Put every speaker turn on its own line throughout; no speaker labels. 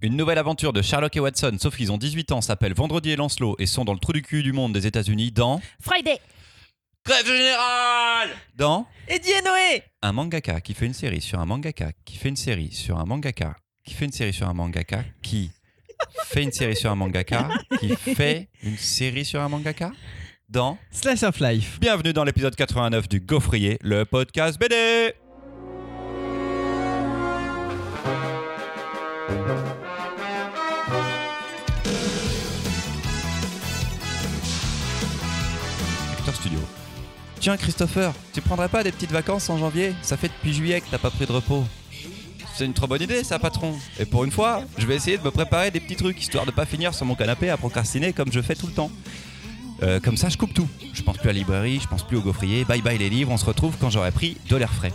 Une nouvelle aventure de Sherlock et Watson, sauf qu'ils ont 18 ans, s'appelle Vendredi et Lancelot et sont dans le trou du cul du monde des États-Unis dans.
Friday
Grève générale Dans
Eddie et Noé
un mangaka qui fait une série sur un mangaka qui fait une série sur un mangaka qui fait une série sur un mangaka qui fait une série sur un mangaka qui fait une série sur un mangaka dans
Slice of Life.
Bienvenue dans l'épisode 89 du Gaufrier, le podcast BD Acteur Studio. Tiens Christopher, tu prendrais pas des petites vacances en janvier Ça fait depuis juillet que t'as pas pris de repos. C'est une trop bonne idée ça patron. Et pour une fois, je vais essayer de me préparer des petits trucs histoire de pas finir sur mon canapé à procrastiner comme je fais tout le temps. Euh, comme ça, je coupe tout. Je pense plus à la librairie, je pense plus au gaufrier. Bye bye les livres, on se retrouve quand j'aurai pris de l'air frais.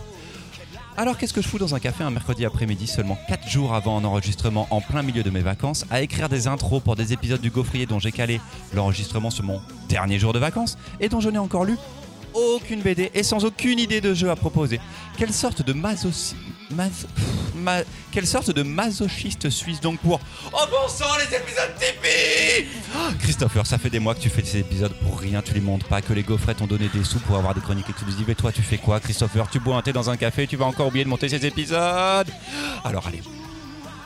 Alors, qu'est-ce que je fous dans un café un mercredi après-midi, seulement 4 jours avant un enregistrement en plein milieu de mes vacances, à écrire des intros pour des épisodes du gaufrier dont j'ai calé l'enregistrement sur mon dernier jour de vacances et dont je n'ai encore lu aucune BD et sans aucune idée de jeu à proposer Quelle sorte de masochi- mas- ma- Quelle sorte de masochiste suisse donc pour Oh bon sang, les épisodes Tipeee Ah, Christopher, ça fait des mois que tu fais ces épisodes pour rien, tu les montes pas, que les gaufrettes ont donné des sous pour avoir des chroniques exclusives. Et toi, tu fais quoi, Christopher Tu bois un thé dans un café, tu vas encore oublier de monter ces épisodes Alors allez,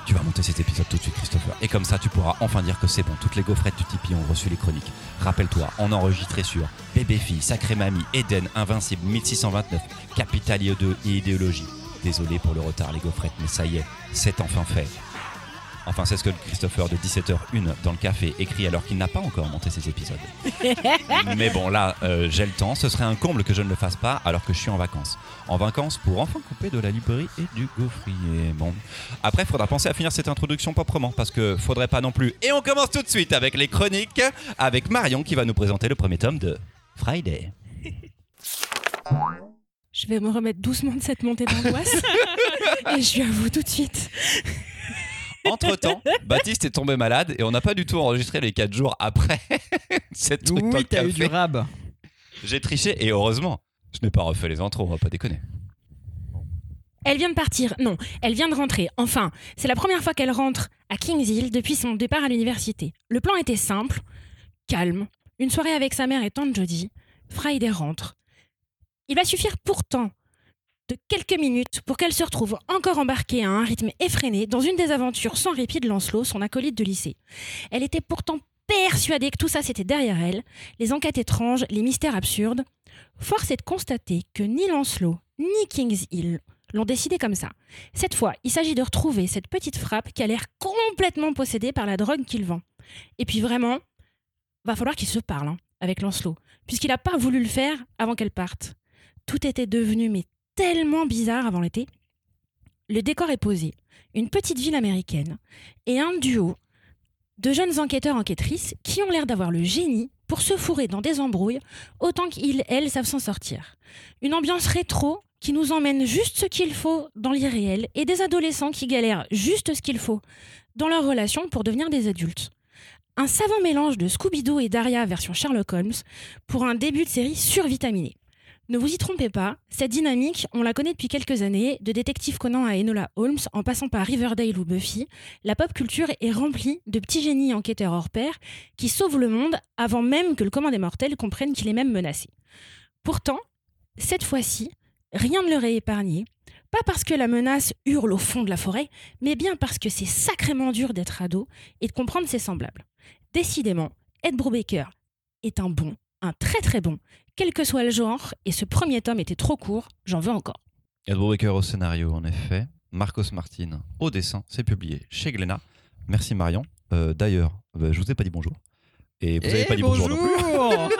tu vas monter cet épisode tout de suite, Christopher. Et comme ça, tu pourras enfin dire que c'est bon, toutes les gaufrettes du Tipeee ont reçu les chroniques. Rappelle-toi, on enregistré sur Bébé-Fille, Sacré Mamie, Eden, Invincible, 1629, Capital IE2 et Idéologie. Désolé pour le retard, les gaufrettes, mais ça y est, c'est enfin fait. Enfin, c'est ce que Christopher de 17h01 dans le café écrit alors qu'il n'a pas encore monté ses épisodes. Mais bon, là, euh, j'ai le temps. Ce serait un comble que je ne le fasse pas alors que je suis en vacances. En vacances pour enfin couper de la librairie et du gaufrier. Bon. Après, faudra penser à finir cette introduction proprement parce que faudrait pas non plus. Et on commence tout de suite avec les chroniques avec Marion qui va nous présenter le premier tome de Friday.
Je vais me remettre doucement de cette montée d'angoisse. et je lui avoue tout de suite.
Entre temps, Baptiste est tombé malade et on n'a pas du tout enregistré les 4 jours après cette truc dans le
Oui, t'as eu du
café.
rab.
J'ai triché et heureusement, je n'ai pas refait les intros, on va pas déconner.
Elle vient de partir. Non, elle vient de rentrer. Enfin, c'est la première fois qu'elle rentre à Kings Hill depuis son départ à l'université. Le plan était simple, calme. Une soirée avec sa mère et tante Jodie. Friday rentre. Il va suffire pourtant de quelques minutes pour qu'elle se retrouve encore embarquée à un rythme effréné dans une des aventures sans répit de Lancelot, son acolyte de lycée. Elle était pourtant persuadée que tout ça c'était derrière elle, les enquêtes étranges, les mystères absurdes. Force est de constater que ni Lancelot, ni Kings Hill l'ont décidé comme ça. Cette fois, il s'agit de retrouver cette petite frappe qui a l'air complètement possédée par la drogue qu'il vend. Et puis vraiment, va falloir qu'il se parle hein, avec Lancelot, puisqu'il n'a pas voulu le faire avant qu'elle parte. Tout était devenu mais tellement bizarre avant l'été. Le décor est posé, une petite ville américaine, et un duo de jeunes enquêteurs-enquêtrices qui ont l'air d'avoir le génie pour se fourrer dans des embrouilles autant qu'ils, elles, savent s'en sortir. Une ambiance rétro qui nous emmène juste ce qu'il faut dans l'irréel et des adolescents qui galèrent juste ce qu'il faut dans leurs relations pour devenir des adultes. Un savant mélange de Scooby-Doo et Daria version Sherlock Holmes pour un début de série survitaminé. Ne vous y trompez pas, cette dynamique, on la connaît depuis quelques années, de détective Conan à Enola Holmes en passant par Riverdale ou Buffy, la pop culture est remplie de petits génies enquêteurs hors pair qui sauvent le monde avant même que le commun des mortels comprenne qu'il est même menacé. Pourtant, cette fois-ci, rien ne leur est épargné. Pas parce que la menace hurle au fond de la forêt, mais bien parce que c'est sacrément dur d'être ado et de comprendre ses semblables. Décidément, Ed Brubaker est un bon, un très très bon, quel que soit le genre, et ce premier tome était trop court, j'en veux encore.
Ed Brubaker au scénario, en effet. Marcos Martin au dessin. C'est publié chez Glénat. Merci Marion. Euh, D'ailleurs, euh, je vous ai pas dit bonjour. Et vous avez
Eh,
pas dit bonjour, non plus.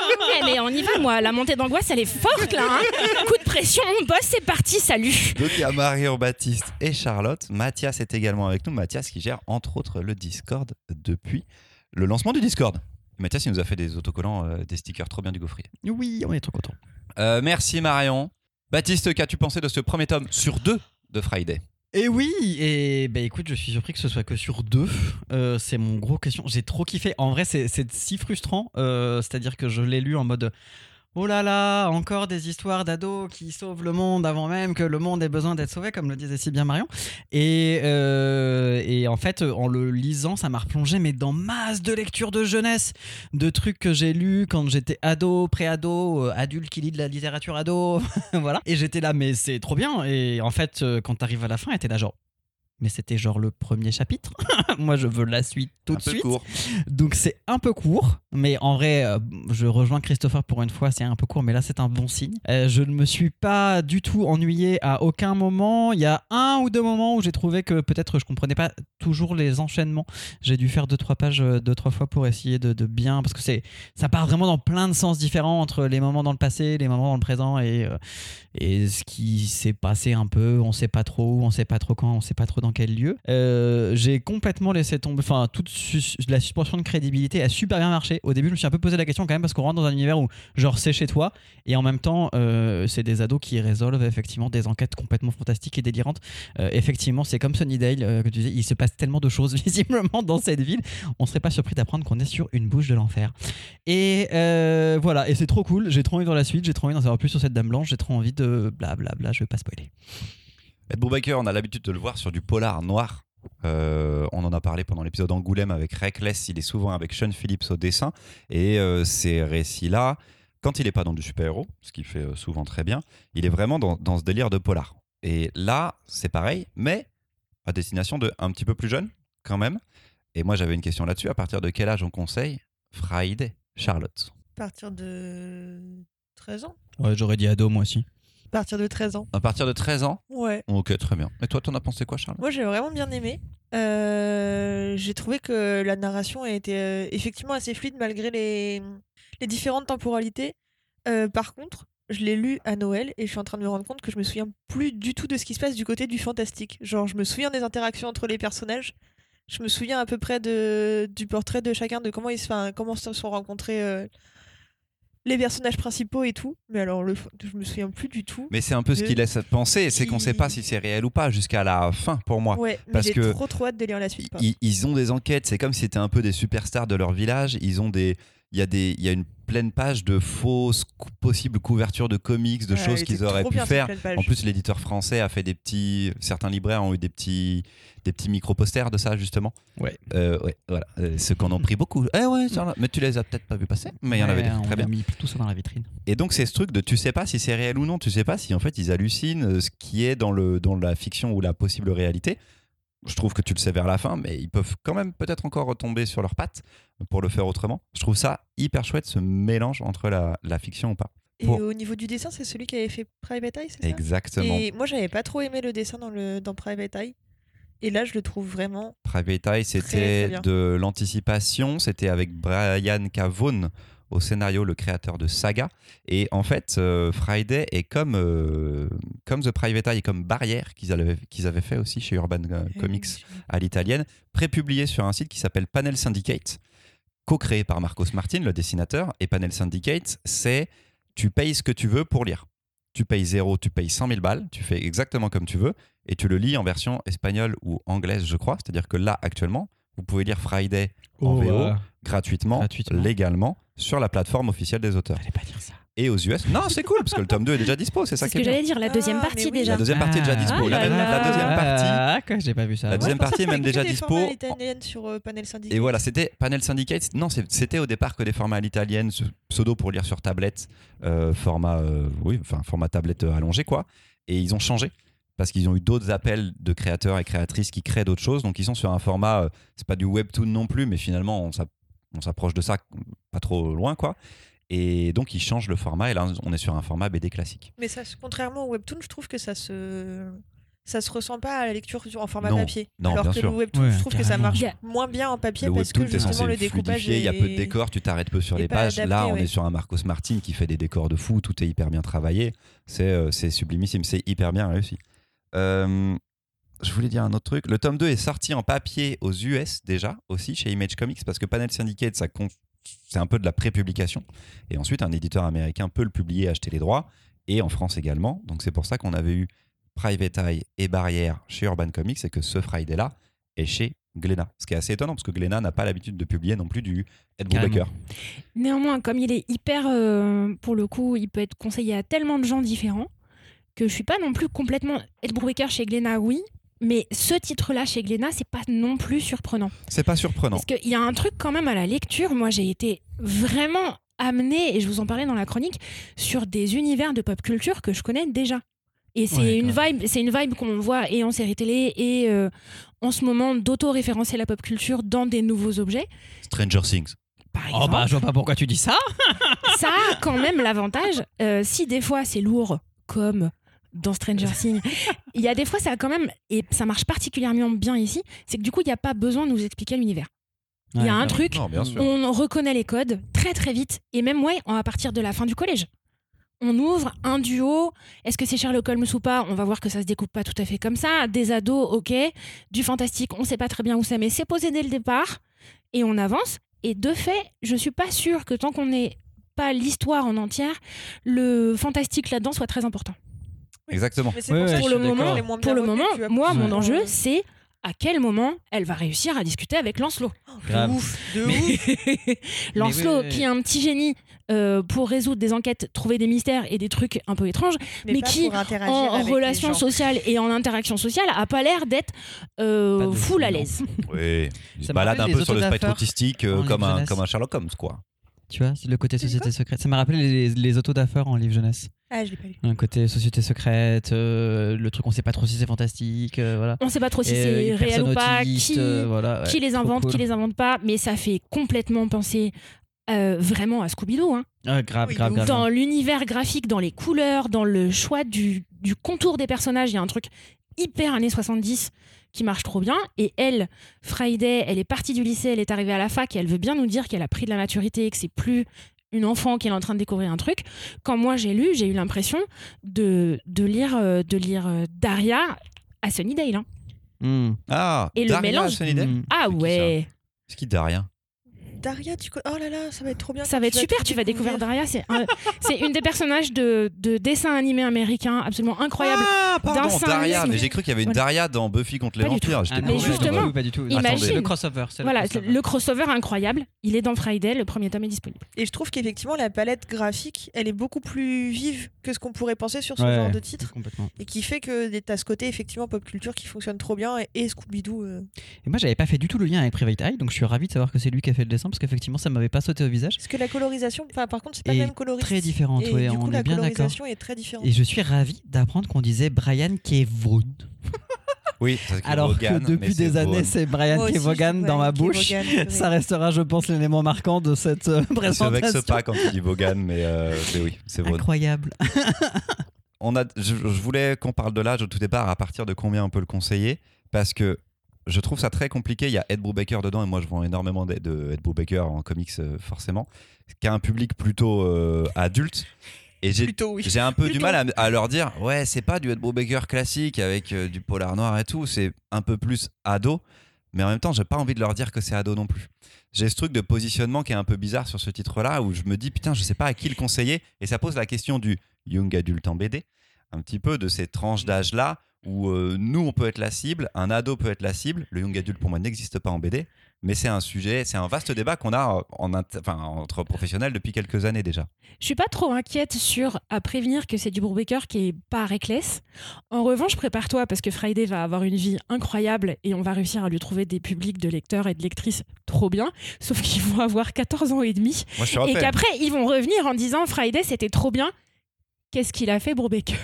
Eh mais on y va moi, la montée d'angoisse elle est forte là hein. Coup de pression, on bosse, c'est parti, salut
Donc il y a Marion, Baptiste et Charlotte. Mathias est également avec nous. Mathias qui gère entre autres le Discord depuis le lancement du Discord. Mathias, il nous a fait des autocollants, euh, des stickers trop bien du gaufrier.
Oui, on est trop content.
Euh, merci Marion. Baptiste, qu'as-tu pensé de ce premier tome sur deux de Friday
Et Eh oui, et bah écoute, je suis surpris que ce soit que sur deux. Euh, c'est mon gros question. J'ai trop kiffé. En vrai, c'est c'est si frustrant. euh, C'est-à-dire que je l'ai lu en mode. Oh là là, encore des histoires d'ados qui sauvent le monde avant même que le monde ait besoin d'être sauvé, comme le disait si bien Marion. Et, euh, et en fait, en le lisant, ça m'a replongé, mais dans masse de lectures de jeunesse, de trucs que j'ai lus quand j'étais ado, pré-ado, euh, adulte qui lit de la littérature ado, voilà. Et j'étais là, mais c'est trop bien. Et en fait, euh, quand t'arrives à la fin, t'es là genre. Mais c'était genre le premier chapitre. Moi, je veux la suite tout
Un
de
peu
suite.
court.
Donc c'est un peu court, mais en vrai, euh, je rejoins Christopher pour une fois, c'est un peu court, mais là c'est un bon signe. Euh, je ne me suis pas du tout ennuyé à aucun moment. Il y a un ou deux moments où j'ai trouvé que peut-être je comprenais pas toujours les enchaînements. J'ai dû faire deux trois pages euh, deux trois fois pour essayer de, de bien, parce que c'est ça part vraiment dans plein de sens différents entre les moments dans le passé, les moments dans le présent et euh, et ce qui s'est passé un peu, on sait pas trop où, on sait pas trop quand, on sait pas trop dans quel lieu. Euh, j'ai complètement laissé tomber, enfin, toute sus- la suspension de crédibilité a super bien marché. Au début, je me suis un peu posé la question quand même parce qu'on rentre dans un univers où, genre, c'est chez toi et en même temps, euh, c'est des ados qui résolvent effectivement des enquêtes complètement fantastiques et délirantes. Euh, effectivement, c'est comme Sunnydale euh, que tu disais, il se passe tellement de choses visiblement dans cette ville, on serait pas surpris d'apprendre qu'on est sur une bouche de l'enfer. Et euh, voilà, et c'est trop cool. J'ai trop envie de voir la suite, j'ai trop envie d'en savoir plus sur cette dame blanche, j'ai trop envie de blablabla, je vais pas spoiler.
Ed Brubaker, on a l'habitude de le voir sur du polar noir. Euh, on en a parlé pendant l'épisode Angoulême avec Reckless. Il est souvent avec Sean Phillips au dessin. Et euh, ces récits-là, quand il n'est pas dans du super-héros, ce qu'il fait euh, souvent très bien, il est vraiment dans, dans ce délire de polar. Et là, c'est pareil, mais à destination de un petit peu plus jeune, quand même. Et moi, j'avais une question là-dessus. À partir de quel âge on conseille Friday, Charlotte
À partir de 13 ans
Ouais, j'aurais dit ado moi aussi.
À partir de 13 ans.
À partir de 13 ans
Ouais.
Ok, très bien. Et toi, t'en as pensé quoi, Charlotte
Moi, j'ai vraiment bien aimé. Euh, j'ai trouvé que la narration a été euh, effectivement assez fluide malgré les, les différentes temporalités. Euh, par contre, je l'ai lu à Noël et je suis en train de me rendre compte que je me souviens plus du tout de ce qui se passe du côté du fantastique. Genre, je me souviens des interactions entre les personnages. Je me souviens à peu près de, du portrait de chacun, de comment ils se, enfin, comment se sont rencontrés euh, les personnages principaux et tout. Mais alors, le, fa- je me souviens plus du tout.
Mais c'est un peu ce
Je-
qui laisse penser, c'est qu'on ne sait pas si c'est réel ou pas jusqu'à la fin pour moi.
ouais, mais
parce
j'ai
que
trop trop hâte de lire la suite. par
Ils, ils ont des enquêtes, c'est comme si c'était un peu des superstars de leur village. Ils ont des, il y a des, il y a une pleine page de fausses cou- possibles couvertures de comics, de
Ouais,
choses
elle
qu'ils
était
auraient
trop
pu
bien, cette
faire.
pleine page.
En plus, l'éditeur français a fait des petits, certains libraires ont eu des petits, des petits micro posters de ça justement.
Ouais.
Euh, ouais, voilà, Euh, ceux qu'on en pris beaucoup. Eh ouais,
Mm.
ça, là. mais tu les as peut-être pas vu passer, mais il y en avait des très bien.
mis tout ça dans la vitrine.
Et donc c'est ce truc de tu sais pas si c'est réel ou non, tu sais pas si en fait ils hallucinent euh, ce qui est dans, le, dans la fiction ou la possible réalité. Je trouve que tu le sais vers la fin, mais ils peuvent quand même peut-être encore retomber sur leurs pattes pour le faire autrement. Je trouve ça hyper chouette ce mélange entre la, la fiction ou pas.
Et
Pour-
au niveau du dessin, c'est celui qui avait fait Private Eye, c'est ça
Exactement.
Et moi, j'avais pas trop aimé le dessin dans, le, dans Private Eye. Et là, je le trouve vraiment.
Private Eye,
très
c'était
bien.
de l'anticipation. C'était avec Brian Cavone au scénario, le créateur de Saga. Et en fait, euh, Friday est comme, euh, comme The Private Eye, et comme Barrière qu'ils avaient, qu'ils avaient fait aussi chez Urban euh,
Eh
Comics à l'italienne, prépublié sur un site qui s'appelle Panel Syndicate, co-créé par Marcos Martin, le dessinateur. Et Panel Syndicate, c'est tu payes ce que tu veux pour lire. Tu payes zéro, tu payes 100 000 balles, tu fais exactement comme tu veux, et tu le lis en version espagnole ou anglaise, je crois. C'est-à-dire que là, actuellement, vous pouvez lire Friday
Oh,
En VO. gratuitement,
Gratuitement.
légalement, sur la plateforme officielle des auteurs.
Fallait pas dire ça.
Et aux US, non, c'est cool, parce que le tome 2 est déjà dispo, c'est ça
C'est ce
qui est
que
bien.
j'allais dire, la deuxième
Ah, mais
partie
oui.
déjà.
La deuxième partie est déjà dispo.
Ah
la,
là
même- la
là.
deuxième partie
Ah, que j'ai pas vu ça.
La
avant.
deuxième partie est même déjà dispo.
italienne sur euh, Panel Syndic.
Et voilà, c'était Panel Syndicate. Non, c'est- c'était au départ que des formats à l'italienne, ce- pseudo pour lire sur tablette, euh, format, euh, oui, enfin, format tablette euh, allongé, quoi. Et ils ont changé parce qu'ils ont eu d'autres appels de créateurs et créatrices qui créent d'autres choses. Donc, ils sont sur un format, euh, c'est pas du webtoon non plus, mais finalement, on s'app- on s'approche de ça pas trop loin, quoi. Et donc, ils changent le format. Et là, on est sur un format BD classique.
Mais ça, se- contrairement au webtoon, je trouve que ça se. Ça se ressent pas à la lecture en format
Non.
papier.
Non,
alors
bien
que
sûr.
le webtoon,
Ouais,
je trouve que ça
carrément.
marche
Il y a-
moins bien en papier
le
parce que
webtoon, t'es
justement
censé
le
le
découpage.
fluidifier, il y a
est-
peu de décors, tu t'arrêtes peu sur
est
les
pas
pages. Là,
adapté,
on
ouais.
est sur un Marcos Martin qui fait des décors de fou, tout est hyper bien travaillé. C'est euh, c'est sublimissime, c'est hyper bien réussi. Euh, je voulais dire un autre truc. Le tome 2 est sorti en papier aux US déjà, aussi chez Image Comics, parce que Panel Syndicate, ça con- c'est un peu de la prépublication. Et ensuite, un éditeur américain peut le publier, acheter les droits, et en France également. Donc c'est pour ça qu'on avait eu Private Eye et Barrière chez Urban Comics, et que ce Friday-là est chez Glénat. Ce qui est assez étonnant parce que Glénat n'a pas l'habitude de publier non plus du Edmund
Carrément.
Baker.
Néanmoins, comme il est hyper, euh, pour le coup, il peut être conseillé à tellement de gens différents que je suis pas non plus complètement Ed Brubaker chez Glénat, oui. Mais ce titre-là chez Glénat, c'est pas non plus surprenant.
C'est pas surprenant.
Parce qu'il y a un truc quand même à la lecture. Moi, j'ai été vraiment amenée, et je vous en parlais dans la chronique, sur des univers de pop culture que je connais déjà. Et c'est
Ouais,
une vibe, c'est une vibe qu'on voit et en série télé et euh, en ce moment d'auto-référencer la pop culture dans des nouveaux objets.
Stranger Things.
Par exemple,
Oh bah je vois pas pourquoi tu dis ça.
ça a quand même l'avantage, euh, si des fois c'est lourd, comme dans Stranger Things, il y a des fois ça a quand même, et ça marche particulièrement bien ici, c'est que du coup il n'y a pas besoin de nous expliquer l'univers. Il y a un truc,
Non, bien sûr.
on en reconnaît les codes très très vite, et même ouais, on- à partir de la fin du collège. On ouvre un duo, est-ce que c'est Sherlock Holmes ou pas On va voir que ça se découpe pas tout à fait comme ça. Des ados, ok. Du fantastique, on sait pas très bien où c'est, mais c'est posé dès le départ, et on avance. Et de fait, je suis pas sûre que tant qu'on n'est pas l'histoire en entière, le fantastique là-dedans soit très important.
Exactement.
Mais c'est
Ouais,
pour, ça
ouais,
que
pour
je
le
suis
moment,
d'accord.
les moins
pour
bien
le
votés,
moment,
tu vas
moi,
pouvoir-
mon enjeu, c'est à quel moment elle va réussir à discuter avec Lancelot.
Grave.
De ouf, de
Mais-
ouf.
Lancelot,
oui, oui, oui.
qui est un petit génie euh, pour résoudre des enquêtes, trouver des mystères et des trucs un peu étranges, mais
pas
qui,
pour interagir
en
avec les
relation
gens.
sociale et en interaction sociale, a pas l'air d'être euh,
Pas de
full à
fou, non.
l'aise.
Oui. Il se
Ça me
balade un
rappelle
peu
les
sur le spectre
autodafeurs
autistique euh,
dans les
comme, un,
jeunesses.
comme un Sherlock Holmes, quoi.
Tu vois, c'est le côté
C'est
société secrète. Ça m'a rappelé les, les autodafeurs en livre jeunesse.
Ah, je l'ai pas lu.
Un côté société secrète, euh, le truc on sait pas trop si c'est fantastique, euh, voilà.
On sait pas trop Oh, si
Et, euh,
c'est
une
réel
personne
ou pas,
autiste,
qui,
euh, voilà, ouais.
qui les
Trop
invente,
cool.
qui les invente pas, mais ça fait complètement penser euh, vraiment à Scooby-Doo. hein.
Ah, grave,
Oui,
grave,
de
grave.
dans l'univers graphique, dans les couleurs, dans le choix du, du contour des personnages, il y a un truc hyper années 70 qui marche trop bien. Et elle, Friday, elle est partie du lycée, elle est arrivée à la fac et elle veut bien nous dire qu'elle a pris de la maturité, que c'est plus une enfant qu'elle est en train de découvrir un truc. Quand moi j'ai lu, j'ai eu l'impression de, de lire, euh, de lire euh, Daria à Sunnydale. hein.
Mm.
Ah,
Et le
Daria
mélange.
Sunnydale
Mm.
Ah
C'est qui,
ouais,
Ce qui Daria
Daria, tu co- Oh là là, ça va être trop bien.
ça va être super,
tout
tu vas découvrir Daria. C'est un- c'est une des personnages de, de dessin animé américain absolument incroyable.
Ah,
Dans
pardon,
Saint-
Daria.
Saint-
Mais j'ai cru qu'il y avait une
Voilà.
Daria dans Buffy contre les
Pas du
vampires. J'étais
Ah,
pas
non,
Mais
au courant.
justement,
pas du tout, pas du tout.
imagine-
Attendez, le crossover, c'est
Voilà,
le
c'est
crossover.
le crossover incroyable, il est dans Friday, le premier tome est disponible.
Et je trouve qu'effectivement, la palette graphique, elle est beaucoup plus vive que ce qu'on pourrait penser sur ce
Ouais.
genre de titre.
Complètement.
Et qui fait que t'as ce côté, effectivement, pop culture qui fonctionne trop bien. Et, et Scooby-Doo. euh,
Et moi, j'avais pas fait du tout le lien avec Private Eye, donc je suis ravi de savoir que c'est lui qui a fait le dessin, parce qu'effectivement, ça m'avait pas sauté au visage.
Parce que la colorisation, enfin, par contre, c'est pas
Et
le même coloriste.
Très différente,
Et
ouais,
du coup,
on
la
est bien d'accord.
colorisation est très différente.
Et je suis ravi d'apprendre qu'on disait Brian Kevogan.
Oui, ça s'écrit
Alors
Vaughan,
que
mais
depuis
c'est
des années,
Vaughan.
c'est Brian
Moi aussi,
Kevogan
je-
dans
ouais,
ma
Kevogan,
bouche.
c'est vrai.
Ça restera, je pense, l'élément marquant de cette euh,
On se vexe
présentation.
pas quand tu dis Vaughan, mais, euh, mais oui, c'est Vaughan.
Incroyable.
on a, je, je voulais qu'on parle de l'âge au tout départ, à partir de combien on peut le conseiller, parce que je trouve ça très compliqué. Il y a Ed Brubaker dedans, et moi je vends énormément d'Ed- de Ed Brubaker en comics, euh, forcément, qui a un public plutôt euh, adulte. Et j'ai
Plutôt oui.
j'ai un peu du
Plutôt.
mal à, à leur dire, ouais, c'est pas du Ed Brubaker classique avec euh, du polar noir et tout, c'est un peu plus ado, mais en même temps, j'ai pas envie de leur dire que c'est ado non plus. J'ai ce truc de positionnement qui est un peu bizarre sur ce titre-là, où je me dis, putain, je sais pas à qui le conseiller, et ça pose la question du young adulte en BD, un petit peu de ces tranches d'âge-là, où euh, nous, on peut être la cible, un ado peut être la cible, le young adulte pour moi n'existe pas en BD, mais c'est un sujet, c'est un vaste débat qu'on a euh, en, inter- enfin, entre professionnels depuis quelques années déjà.
Je suis pas trop inquiète sur à prévenir que c'est du Brubaker qui est pas Reckless. En revanche, prépare-toi parce que Friday va avoir une vie incroyable et on va réussir à lui trouver des publics de lecteurs et de lectrices trop bien, sauf qu'ils vont avoir 14 ans et demi
Moi, je suis
et qu'après ils vont revenir en disant Friday c'était trop bien. Qu'est-ce qu'il a fait Brubaker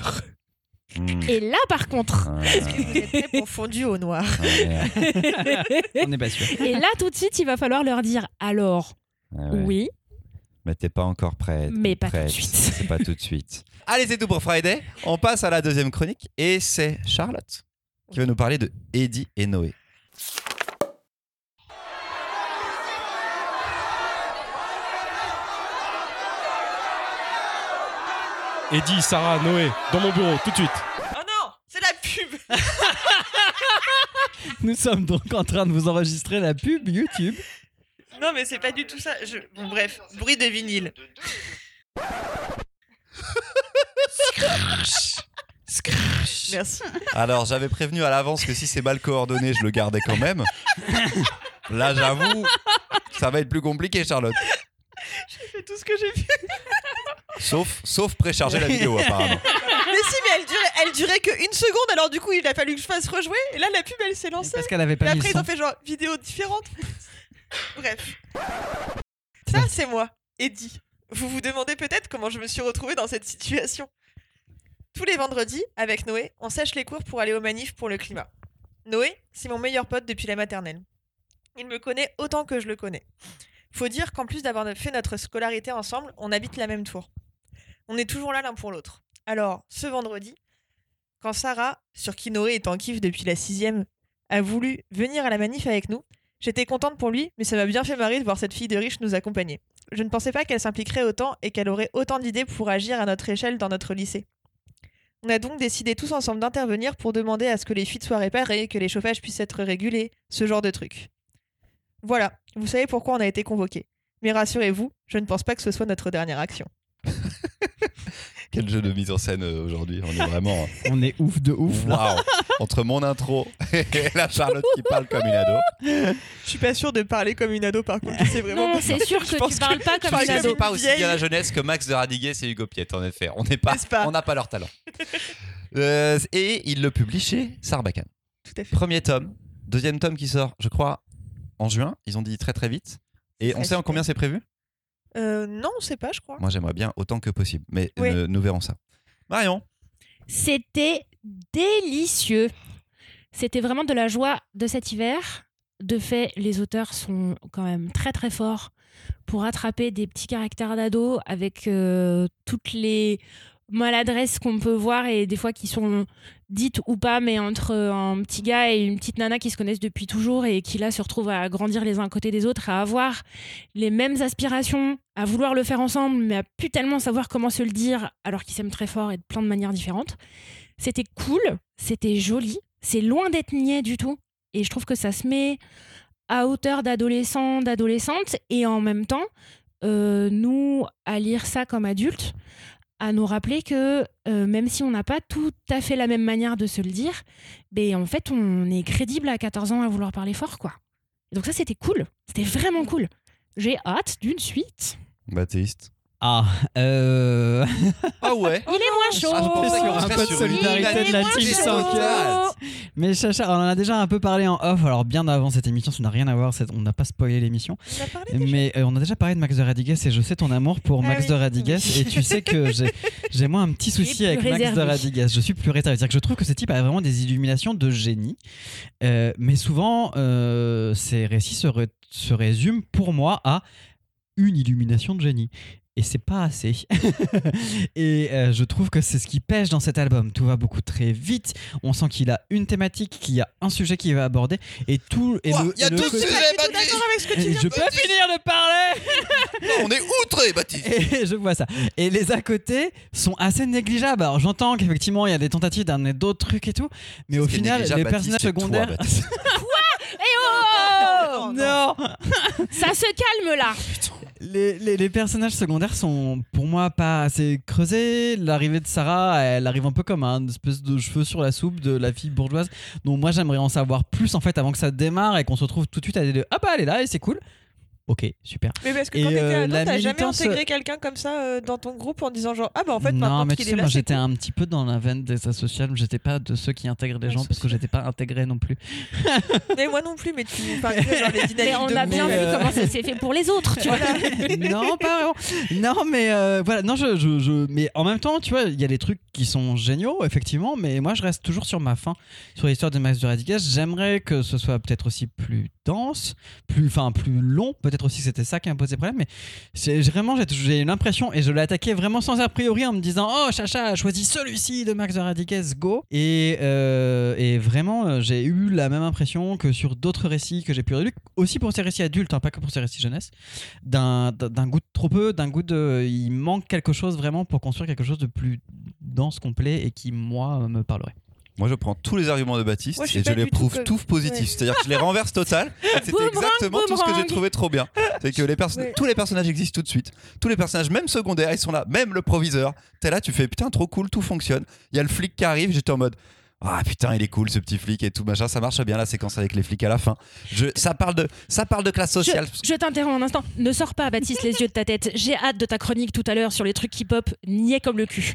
Mmh.
Et là par contre,
Vous êtes très confondu au noir.
On n'est pas sûr.
et là tout de suite, il va falloir leur dire alors oui,
Mais t'es pas encore prête.
Mais
ou
pas tout de
prête.
suite.
C'est pas tout de suite. Allez, c'est tout pour Friday. On passe à la deuxième chronique et c'est Charlotte qui va nous parler de Eddie et Noé.
Eddie, Sarah, Noé, dans mon bureau, tout de suite.
Oh non, c'est la pub.
Nous sommes donc en train de vous enregistrer la pub YouTube.
Non, mais c'est pas du tout ça. Je... Bon, bref, bruit de vinyle. Merci.
Alors j'avais prévenu à l'avance que si c'est mal coordonné, je le gardais quand même. Là j'avoue, ça va être plus compliqué Charlotte.
J'ai fait tout ce que j'ai pu.
Sauf, sauf précharger la vidéo apparemment.
Mais si, mais elle durait, elle durait qu'une seconde, alors du coup, il a fallu que je fasse rejouer. Et là, la pub, elle s'est lancée.
Parce qu'elle avait
Et
pas mis
après,
le
ils
son.
ont fait genre vidéo différente. Bref. Ça, c'est moi, Eddie. Vous vous demandez peut-être comment je me suis retrouvée dans cette situation. Tous les vendredis, avec Noé, on sèche les cours pour aller aux manifs pour le climat. Noé, c'est mon meilleur pote depuis la maternelle. Il me connaît autant que je le connais. Faut dire qu'en plus d'avoir fait notre scolarité ensemble, on habite la même tour. On est toujours là l'un pour l'autre. Alors, ce vendredi, quand Sarah, sur qui Noé est en kiff depuis la sixième, a voulu venir à la manif avec nous. J'étais contente pour lui, mais ça m'a bien fait marrer de voir cette fille de riche nous accompagner. Je ne pensais pas qu'elle s'impliquerait autant et qu'elle aurait autant d'idées pour agir à notre échelle dans notre lycée. On a donc décidé tous ensemble d'intervenir pour demander à ce que les fuites soient réparées, que les chauffages puissent être régulés, ce genre de trucs. Voilà, vous savez pourquoi on a été convoqués. Mais rassurez-vous, je ne pense pas que ce soit notre dernière action.
Quel jeu de mise en scène euh, aujourd'hui, on est vraiment
On est ouf de ouf. là.
waouh. Entre mon intro et la Charlotte qui parle comme une ado.
Je suis pas sûre de parler comme une ado par contre, c'est
Non, c'est sûr
Je
que
pense
tu parles pas
Je
comme
pense
une
que
une
c'est
ado.
pas aussi
vieille.
bien la jeunesse que Max de Radiguet et Hugo Piette en effet. On n'est pas,
N'est-ce pas
on n'a pas leur talent. Euh, et il le publie chez Sarbacane.
Tout à fait.
Premier tome, deuxième tome qui sort, je crois, en juin. Ils ont dit très très vite. Et on
Très
sait en
vite.
combien c'est prévu
Euh, non, c'est pas, je crois.
Moi, j'aimerais bien autant que possible, mais
Oui.
ne- nous verrons ça. Marion,
C'était délicieux. C'était vraiment de la joie de cet hiver. De fait, les auteurs sont quand même très très forts pour attraper des petits caractères d'ado avec euh, toutes les maladresses qu'on peut voir et des fois qui sont dites ou pas, mais entre un petit gars et une petite nana qui se connaissent depuis toujours et qui là se retrouvent à grandir les uns à côté des autres, à avoir les mêmes aspirations, à vouloir le faire ensemble, mais à plus tellement savoir comment se le dire alors qu'ils s'aiment très fort et de plein de manières différentes. C'était cool, c'était joli, c'est loin d'être niais du tout. Et je trouve que ça se met à hauteur d'adolescents, d'adolescentes, et en même temps, euh, nous, à lire ça comme adultes, à nous rappeler que euh, même si on n'a pas tout à fait la même manière de se le dire, ben, en fait, on est crédible à 14 ans à vouloir parler fort, quoi. Et donc ça, c'était cool, c'était vraiment cool. J'ai hâte d'une suite.
Baptiste.
Ah, euh...
Ah ouais
Il est moins chaud.
Ah, je pensais qu'on
Un
serait
peu de
sur une
solidarité de la
unanimité
team
des
cinq.
podcasts.
mais Chacha, on en a déjà un peu parlé en off, alors bien avant cette émission, ça n'a rien à voir, c'est- on n'a pas spoilé l'émission.
On a parlé déjà
Mais euh, on a déjà parlé de Max de Radigues et je sais ton amour pour
Ah
Max
oui.
de Radigues et tu sais que j'ai j'ai moi un petit
Tu es
souci
plus
avec Max de
réservé.
Radigues. Je suis plus réservé, c'est-à-dire que je trouve que ce type a vraiment des illuminations de génie, Euh, mais souvent euh, ses récits se, ré- se résument pour moi à une illumination de génie. Et c'est pas assez. et euh, je trouve que c'est ce qui pêche dans cet album. Tout va beaucoup très vite. On sent qu'il a une thématique, qu'il y a un sujet qu'il va aborder. Et tout. et
Ouah,
le-
il y a
et le
deux
côté-
sujets,
Pas du tout
Baptiste
d'accord avec ce que tu viens
Je
de
peux finir de parler
Non, On est outré, Baptiste
et je vois ça. Et les à côté sont assez négligeables. Alors j'entends qu'effectivement il y a des tentatives d'amener d'autres trucs et tout, mais
Ce
au
qui est
final
négligeable,
les
Baptiste,
personnages
c'est toi,
secondaires.
Baptiste.
Oh
Ah,
Oh,
non,
Ça se calme là.
les, les- les personnages secondaires sont pour moi pas assez creusés. L'arrivée de Sarah, elle arrive un peu comme un espèce de cheveux sur la soupe de la fille bourgeoise. Donc moi j'aimerais en savoir plus en fait avant que ça démarre et qu'on se retrouve tout de suite à des deux. Ah bah elle est là et c'est cool. Ok super.
Mais parce que quand
Et,
t'étais
euh,
ado,
la
t'as jamais
militance-
intégré quelqu'un comme ça euh, dans ton groupe en disant genre ah bah en fait
non,
maintenant
mais tu
qu'il
sais,
est là,
moi
c'est
j'étais un petit peu dans la veine des asociales, j'étais pas de ceux qui intègrent les
Ouais,
gens
ça,
parce que
c'est-
j'étais pas intégré non plus.
cool. mais moi non plus, mais tu parles genre les dynamiques
Mais on
de
a bien
mais,
vu
groupe.
euh,
comment ça s'est fait pour les autres, tu vois.
non, pas vraiment. Non, mais euh, voilà, non, je, je, je- Mais en même temps, tu vois, il y a des trucs qui sont géniaux, effectivement, mais moi je reste toujours sur ma fin, sur l'histoire de Max Duradigas. J'aimerais que ce soit peut-être aussi plus dense, plus, enfin, plus long, peut-être aussi que c'était ça qui m'a posé problème, mais c'est vraiment, j'ai- j'ai eu l'impression, et je l'ai attaqué vraiment sans a priori en me disant Oh, Chacha a choisi celui-ci de Max Radiguez, go Et, euh, et vraiment, euh, j'ai eu la même impression que sur d'autres récits que j'ai pu relire, aussi pour ces récits adultes, hein, pas que pour ces récits jeunesse, d'un d'un- d'un goût de trop peu, d'un goût de. Il manque quelque chose vraiment pour construire quelque chose de plus dense, complet et qui, moi, me parlerait.
Moi, je prends tous les arguments de Baptiste
Moi, je suis
et je
pas
les
du tout
prouve
comme-
tous positifs.
Ouais.
C'est-à-dire que je les renverse total. Et C'était
Boomerang,
exactement tout ce que j'ai
boomerang.
trouvé trop bien. C'est que les perso-
Ouais.
tous les personnages existent tout de suite. Tous les personnages, même secondaires, ils sont là. Même le proviseur. T'es là, tu fais putain, trop cool, tout fonctionne. Il y a le flic qui arrive, j'étais en mode. Ah putain, il est cool ce petit flic et tout machin. Ça marche bien la séquence avec les flics à la fin. Je, ça parle de, ça parle de classe
Je,
sociale.
je t'interromps un instant. Ne sors pas, Baptiste, les yeux de ta tête. J'ai hâte de ta chronique tout à l'heure sur les trucs qui pop, niais comme le cul.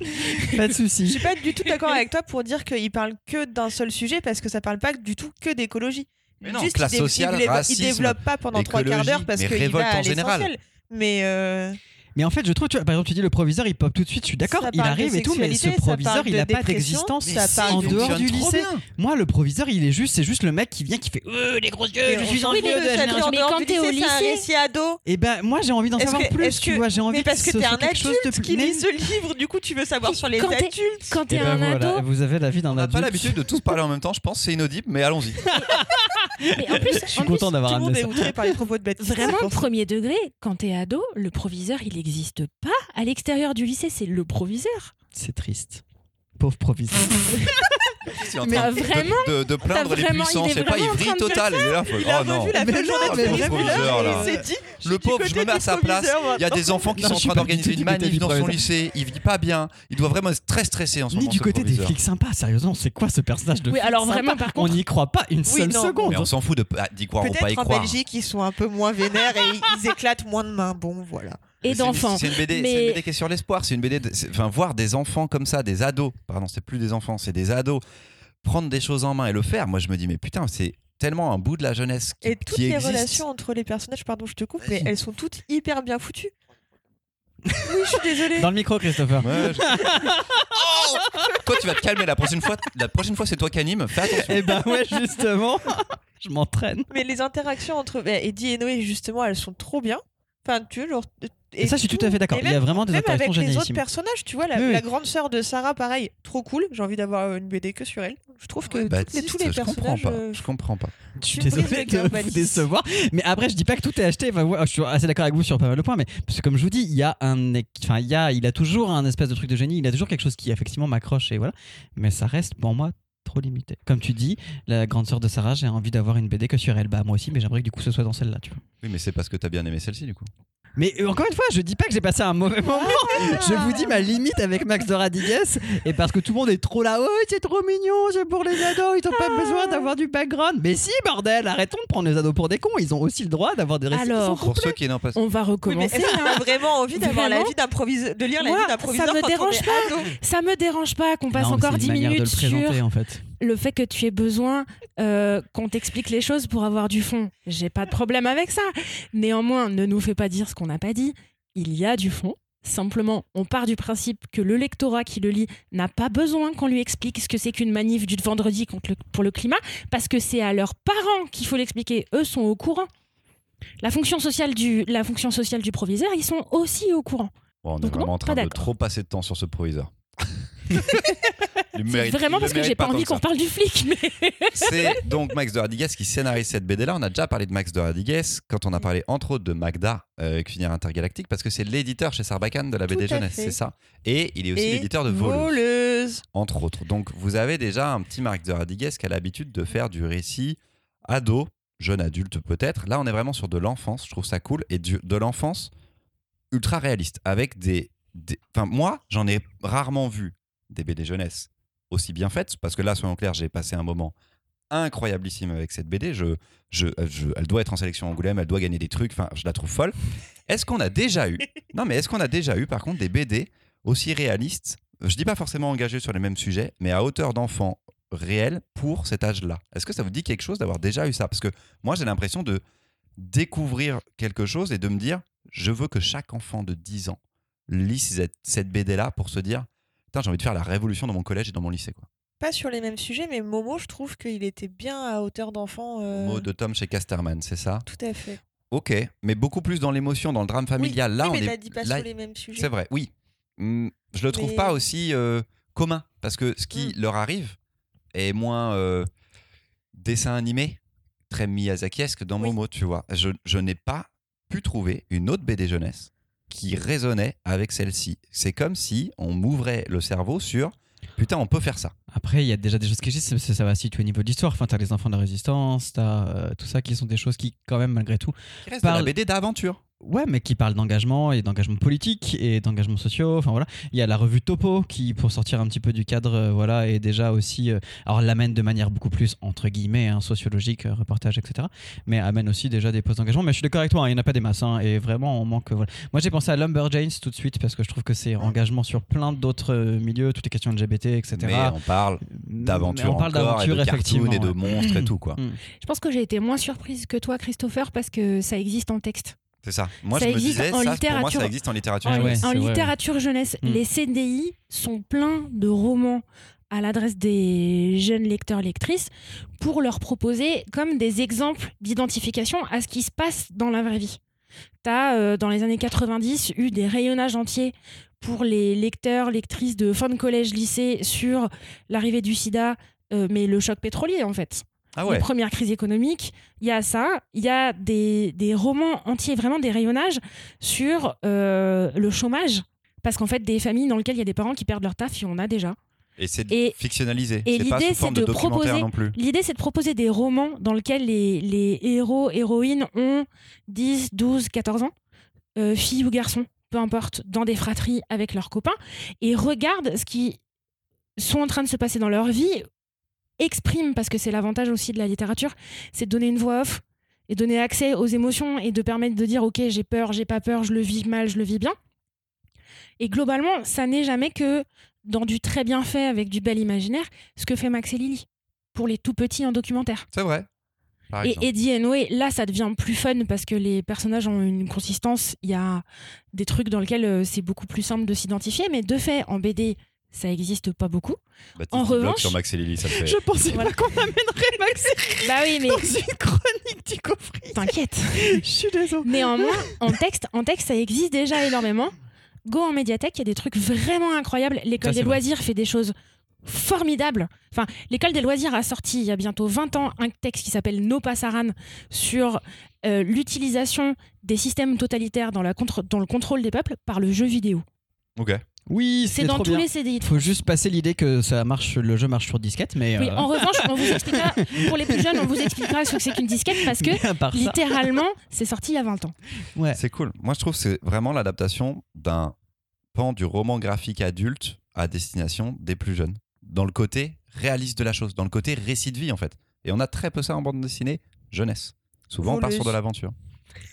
Pas de
Je
souci.
suis pas du tout d'accord avec toi pour dire qu'il parle que d'un seul sujet parce que ça parle pas du tout que d'écologie.
Mais non,
Juste,
classe
il, dé- il
sociale,
développe- il
racisme,
développe pas pendant trois quarts
écologie,
d'heure parce
mais
qu'il
révolte
va
en
à
général.
l'essentiel. Mais euh,
Mais en fait, je trouve, tu vois, par exemple, tu dis le proviseur, il pop tout de suite, je suis d'accord,
Ça
il
parle de
arrive et tout, mais ce
sexualité, ça
proviseur,
parle
il
de
n'a pas
dépression,
d'existence
ça
si,
parle
en
de-
dehors du
Fonctionne trop
lycée.
bien.
Moi, le proviseur, il est juste, c'est juste le mec qui vient, qui fait Euh, les gros yeux, je
on
suis
s'en
envieux
fout
de
de
la
ça, tu es en
génération.
Mais
dehors
quand
du
t'es au
lycée, c'est un
lycée-
récit ado.
Et ben, moi, j'ai envie d'en
Est-ce
savoir
que-
plus,
est-ce
tu
que-
vois, j'ai envie
Mais parce que
ce
t'es
soit
un
quelque chose de
adulte qui
mais-
lit ce livre, du coup tu veux savoir sur les
Quand t'es-
adultes.
Quand t'es
Eh ben,
un
voilà,
ado,
vous avez la vie d'un
On n'a
adulte.
pas l'habitude de tous parler en même temps. Je pense c'est inaudible, mais allons-y.
mais en plus,
Je suis
en plus,
content d'avoir
Tout le monde
amené
est
ça.
outré par les propos de Baptiste.
Vraiment, premier degré, quand t'es ado, le proviseur, il n'existe pas à l'extérieur du lycée, c'est le proviseur.
C'est triste. Pauvre proviseur.
Je suis en
Mais
train
t'as
de-
vraiment-
de, de, de plaindre
t'as
les
vraiment- il
puissants.
est
C'est pas
vraiment en train
ivri
de
total. Il est là,
Il a
oh non.
vendu la
Mais
fin de
non,
journée
mais
de
vraiment,
proviseur, là.
et il s'est dit je suis
Le
du
pauvre,
côté
je me mets à
du
sa place.
proviseur, moi.
Il y a des enfants qui
Non,
sont
je
en
suis
train
pas du tout
d'organiser
du
une
côté
manif
du
dans son
proviseur.
lycée. Il vit pas bien. Il doit vraiment être très stressé en ce
Ni
moment.
du
ce
côté des
proviseur.
flics sympas, sérieusement, c'est quoi ce personnage de
Oui,
flic
alors
sympa
vraiment, par
On
contre,
n'y croit pas une seule
non.
seconde.
Mais on s'en fout de- ah, d'y croire ou pas y
Peut-être en
croire.
Belgique, ils sont un peu moins vénères et ils- ils éclatent moins de mains. Bon, voilà.
Mais
Et
c'est une-
d'enfants.
C'est une, BD c'est
Mais-
une BD qui est sur l'espoir. C'est une BD. de- c'est- Enfin, voir des enfants comme ça, des ados. Pardon, c'est plus des enfants, c'est des ados. Prendre des choses en main et le faire. Moi, je me dis, mais putain, c'est tellement un bout de la jeunesse qui,
Et
qui
toutes les
existe.
relations entre les personnages, pardon, je te coupe, mais elles sont toutes hyper bien foutues. Oui, je suis désolée.
Dans le micro, Christopher.
Ouais, je- Oh toi, tu vas te calmer la prochaine fois. La prochaine fois, c'est toi qui anime. Fais attention.
Eh ben ouais, justement, je m'entraîne.
Mais les interactions entre bah, Eddie et Noé, justement, elles sont trop bien. Enfin, tu vois, genre.
Et ça, je suis tout à fait d'accord.
et
Il
même-
y a vraiment des
Même avec
interactions
les autres
génialissimes.
personnages, tu vois, la,
Oui, oui.
la grande sœur de Sarah, pareil, trop cool. J'ai envie d'avoir une BD que sur elle. Je trouve que toutes les-
Baptiste,
tous les
Bah, je comprends
personnages.
pas.
euh,
Je comprends pas.
Je suis
Tu brises
désolé
le
de
cœur,
vous
Baptiste.
décevoir. Mais après, je dis pas que tout est acheté. Enfin, voilà, je suis assez d'accord avec vous sur pas mal de points. Mais parce que comme je vous dis, il y a un, é- enfin, il y a, il a toujours un espèce de truc de génie. Il a toujours quelque chose qui effectivement m'accroche et voilà. Mais ça reste pour moi trop limité. Comme tu dis, la grande sœur de Sarah, j'ai envie d'avoir une BD que sur elle. Bah moi aussi, mais j'aimerais que du coup ce soit dans celle-là, tu vois.
Oui, mais c'est parce que t'as bien aimé celle-ci, du coup.
Mais euh, encore une fois, je dis pas que j'ai passé un mauvais moment. Je vous dis ma limite avec Max de Radigues et parce que tout le monde est trop là, oh c'est trop mignon, c'est pour les ados, ils ont pas besoin d'avoir du background. Mais si bordel, arrêtons de prendre les ados pour des cons, ils ont aussi le droit d'avoir des récits. qui sont
Alors,
Pour ceux qui n'en passent
On va
Oui, mais
recommencer.
est-ce qu'on a vraiment envie d'avoir la
Vraiment
vie d'un proviseur- de lire la
Moi,
vie d'un proviseur
ça me
quand
dérange
on est
pas.
ado
Ça me dérange pas qu'on passe
Non, mais
encore
c'est
10
une manière
minutes
de le présenter
sur
en fait.
le fait que tu aies besoin euh, qu'on t'explique les choses pour avoir du fond. J'ai pas de problème avec ça. Néanmoins, ne nous fais pas dire ce qu'on n'a pas dit. Il y a du fond. Simplement, on part du principe que le lectorat qui le lit n'a pas besoin qu'on lui explique ce que c'est qu'une manif du vendredi contre le- pour le climat, parce que c'est à leurs parents qu'il faut l'expliquer. Eux sont au courant. La fonction, sociale du, la fonction sociale du proviseur, ils sont aussi au courant.
Bon, on est
Donc
vraiment
non,
en train
pas
de
d'accord.
trop passer de temps sur ce proviseur. Il
C'est
mérite-
vraiment
il
parce
le
que
mérite
j'ai pas
tant
envie
que ça.
qu'on parle du flic, mais
C'est donc Max de Radigues qui scénarise cette BD-là. On a déjà parlé de Max de Radigues quand on a parlé entre autres de Magda, euh, Cuisinière Intergalactique, parce que c'est l'éditeur chez Sarbacane de la
Tout
BD
à
Jeunesse,
fait.
c'est ça. Et il est aussi
Et
l'éditeur de Volo,
Voleuse.
entre autres. Donc vous avez déjà un petit Max de Radigues qui a l'habitude de faire du récit ado, jeune adulte peut-être. Là, on est vraiment sur de l'enfance, je trouve ça cool, et du- de l'enfance ultra réaliste, avec des... des- Enfin, moi, j'en ai rarement vu des BD jeunesse aussi bien faites, parce que là, soyons clairs, j'ai passé un moment incroyablissime avec cette BD. Je, je, je- elle doit être en sélection Angoulême, elle doit gagner des trucs, enfin, je la trouve folle. Est-ce qu'on a déjà eu, non mais est-ce qu'on a déjà eu par contre des BD aussi réalistes, je dis pas forcément engagés sur les mêmes sujets, mais à hauteur d'enfant réel pour cet âge-là Est-ce que ça vous dit quelque chose d'avoir déjà eu ça Parce que moi, j'ai l'impression de découvrir quelque chose et de me dire, je veux que chaque enfant de 10 ans lise cette, cette BD-là pour se dire, putain, j'ai envie de faire la révolution dans mon collège et dans mon lycée. Quoi.
Pas sur les mêmes sujets, mais Momo, je trouve qu'il était bien à hauteur d'enfant. euh,
Mot de Tom chez Casterman, c'est ça
Tout à fait.
Ok, mais beaucoup plus dans l'émotion, dans le drame familial.
oui,
là,
oui,
on
mais
est.
t'as dit pas
là,
sur les mêmes sujets.
C'est vrai, oui. Mm, je le trouve
Mais-
pas aussi euh, commun parce que ce qui
Mmh.
leur arrive est moins euh, dessin animé, très Miyazakiesque dans
Oui.
Momo, tu vois. Je, je n'ai pas pu trouver une autre BD jeunesse qui résonnait avec celle-ci. C'est comme si on m'ouvrait le cerveau sur Putain, on peut faire ça.
Après, il y a déjà des choses qui existent, mais ça, ça va se situer au niveau de l'histoire. Enfin, t'as les enfants de la résistance, t'as euh, tout ça qui sont des choses qui, quand même, malgré tout,
Il reste
Parle-
de la BD d'aventure.
Ouais, mais qui parle d'engagement et d'engagement politique et d'engagement sociaux. Enfin voilà, il y a la revue Topo qui, pour sortir un petit peu du cadre, euh, voilà, est déjà aussi, euh, alors l'amène de manière beaucoup plus entre guillemets hein, sociologique, euh, reportage, etc. Mais amène aussi déjà des postes d'engagement. Mais je suis d'accord avec toi, hein, il n'y en a pas des masses hein, et vraiment on manque. euh, voilà. Moi j'ai pensé à Lumberjanes tout de suite parce que je trouve que c'est engagement sur plein d'autres euh, milieux, toutes les questions LGBT, etc.
Mais on parle
Mmh, Mais
d'aventure
on parle
encore, et de
d'aventure effectivement.
cartoon et de
ouais. Mmh.
monstres et tout, quoi.
Je pense que j'ai été moins surprise que toi, Christopher, parce que ça existe en texte.
C'est ça. Moi,
Ça
je me
existe
disais,
en
ça, pour moi,
littérature.
ça existe en littérature.
Ah
En,
ouais,
en
c'est vrai.
littérature jeunesse,
Mm.
les CDI sont pleins de romans à l'adresse des jeunes lecteurs lectrices pour leur proposer comme des exemples d'identification à ce qui se passe dans la vraie vie. T'as euh, dans les années 90 eu des rayonnages entiers pour les lecteurs lectrices de fin de collège lycée sur l'arrivée du sida euh, mais le choc pétrolier en fait
Ah
les
ouais.
premières crises économiques, il y a ça, il y a des, des romans entiers, vraiment des rayonnages sur euh, le chômage. Parce qu'en fait, des familles dans lesquelles il y a des parents qui perdent leur taf, il y en a déjà.
Et c'est
Et-
fictionnalisé.
et
C'est pas
l'idée,
sous forme
c'est
de,
de
documentaire
proposer-
non plus.
L'idée, c'est de proposer des romans dans lesquels les, les héros, héroïnes ont 10, 12, 14 ans, euh, filles ou garçons, peu importe, dans des fratries avec leurs copains, et regardent ce qui sont en train de se passer dans leur vie, expriment, parce que c'est l'avantage aussi de la littérature, c'est de donner une voix off et donner accès aux émotions et de permettre de dire, ok, j'ai peur, j'ai pas peur, je le vis mal, je le vis bien. Et globalement, ça n'est jamais que dans du très bien fait avec du bel imaginaire, ce que fait Max et Lily pour les tout petits en documentaire.
C'est vrai. Par
Et
exemple.
Eddie and Way, là, ça devient plus fun parce que les personnages ont une consistance. Il y a des trucs dans lesquels euh, c'est beaucoup plus simple de s'identifier, mais de fait, en BD, ça n'existe pas beaucoup.
Baptiste,
en
il bloque
revanche-
sur Max et Lily, ça le fait.
Je pensais
Voilà.
pas qu'on amènerait Max
Bah oui, mais
dans une chronique du coffret.
t'inquiète.
Je suis désolé.
Néanmoins, en texte, en texte, ça existe déjà énormément. Go en médiathèque, il y a des trucs vraiment incroyables. L'école
Ça, c'est
des
vrai.
loisirs fait des choses formidables. Enfin, l'école des loisirs a sorti il y a bientôt 20 ans un texte qui s'appelle No Passaran sur euh, l'utilisation des systèmes totalitaires dans, la contre- dans le contrôle des peuples par le jeu vidéo.
Ok.
Oui,
C'est dans tous les CDI.
Il faut juste passer l'idée que ça marche, le jeu marche sur disquette, mais.
Oui,
euh,
en revanche, on vous expliquera, pour les plus jeunes, on vous expliquera ce que c'est qu'une disquette parce que
mais à part ça,
littéralement, c'est sorti il y a 20 ans.
ouais.
C'est cool. Moi, je trouve que c'est vraiment l'adaptation d'un pan du roman graphique adulte à destination des plus jeunes. Dans le côté réaliste de la chose, dans le côté récit de vie, en fait. Et on a très peu ça en bande dessinée jeunesse. Souvent, on part
Voleuse.
sur de l'aventure.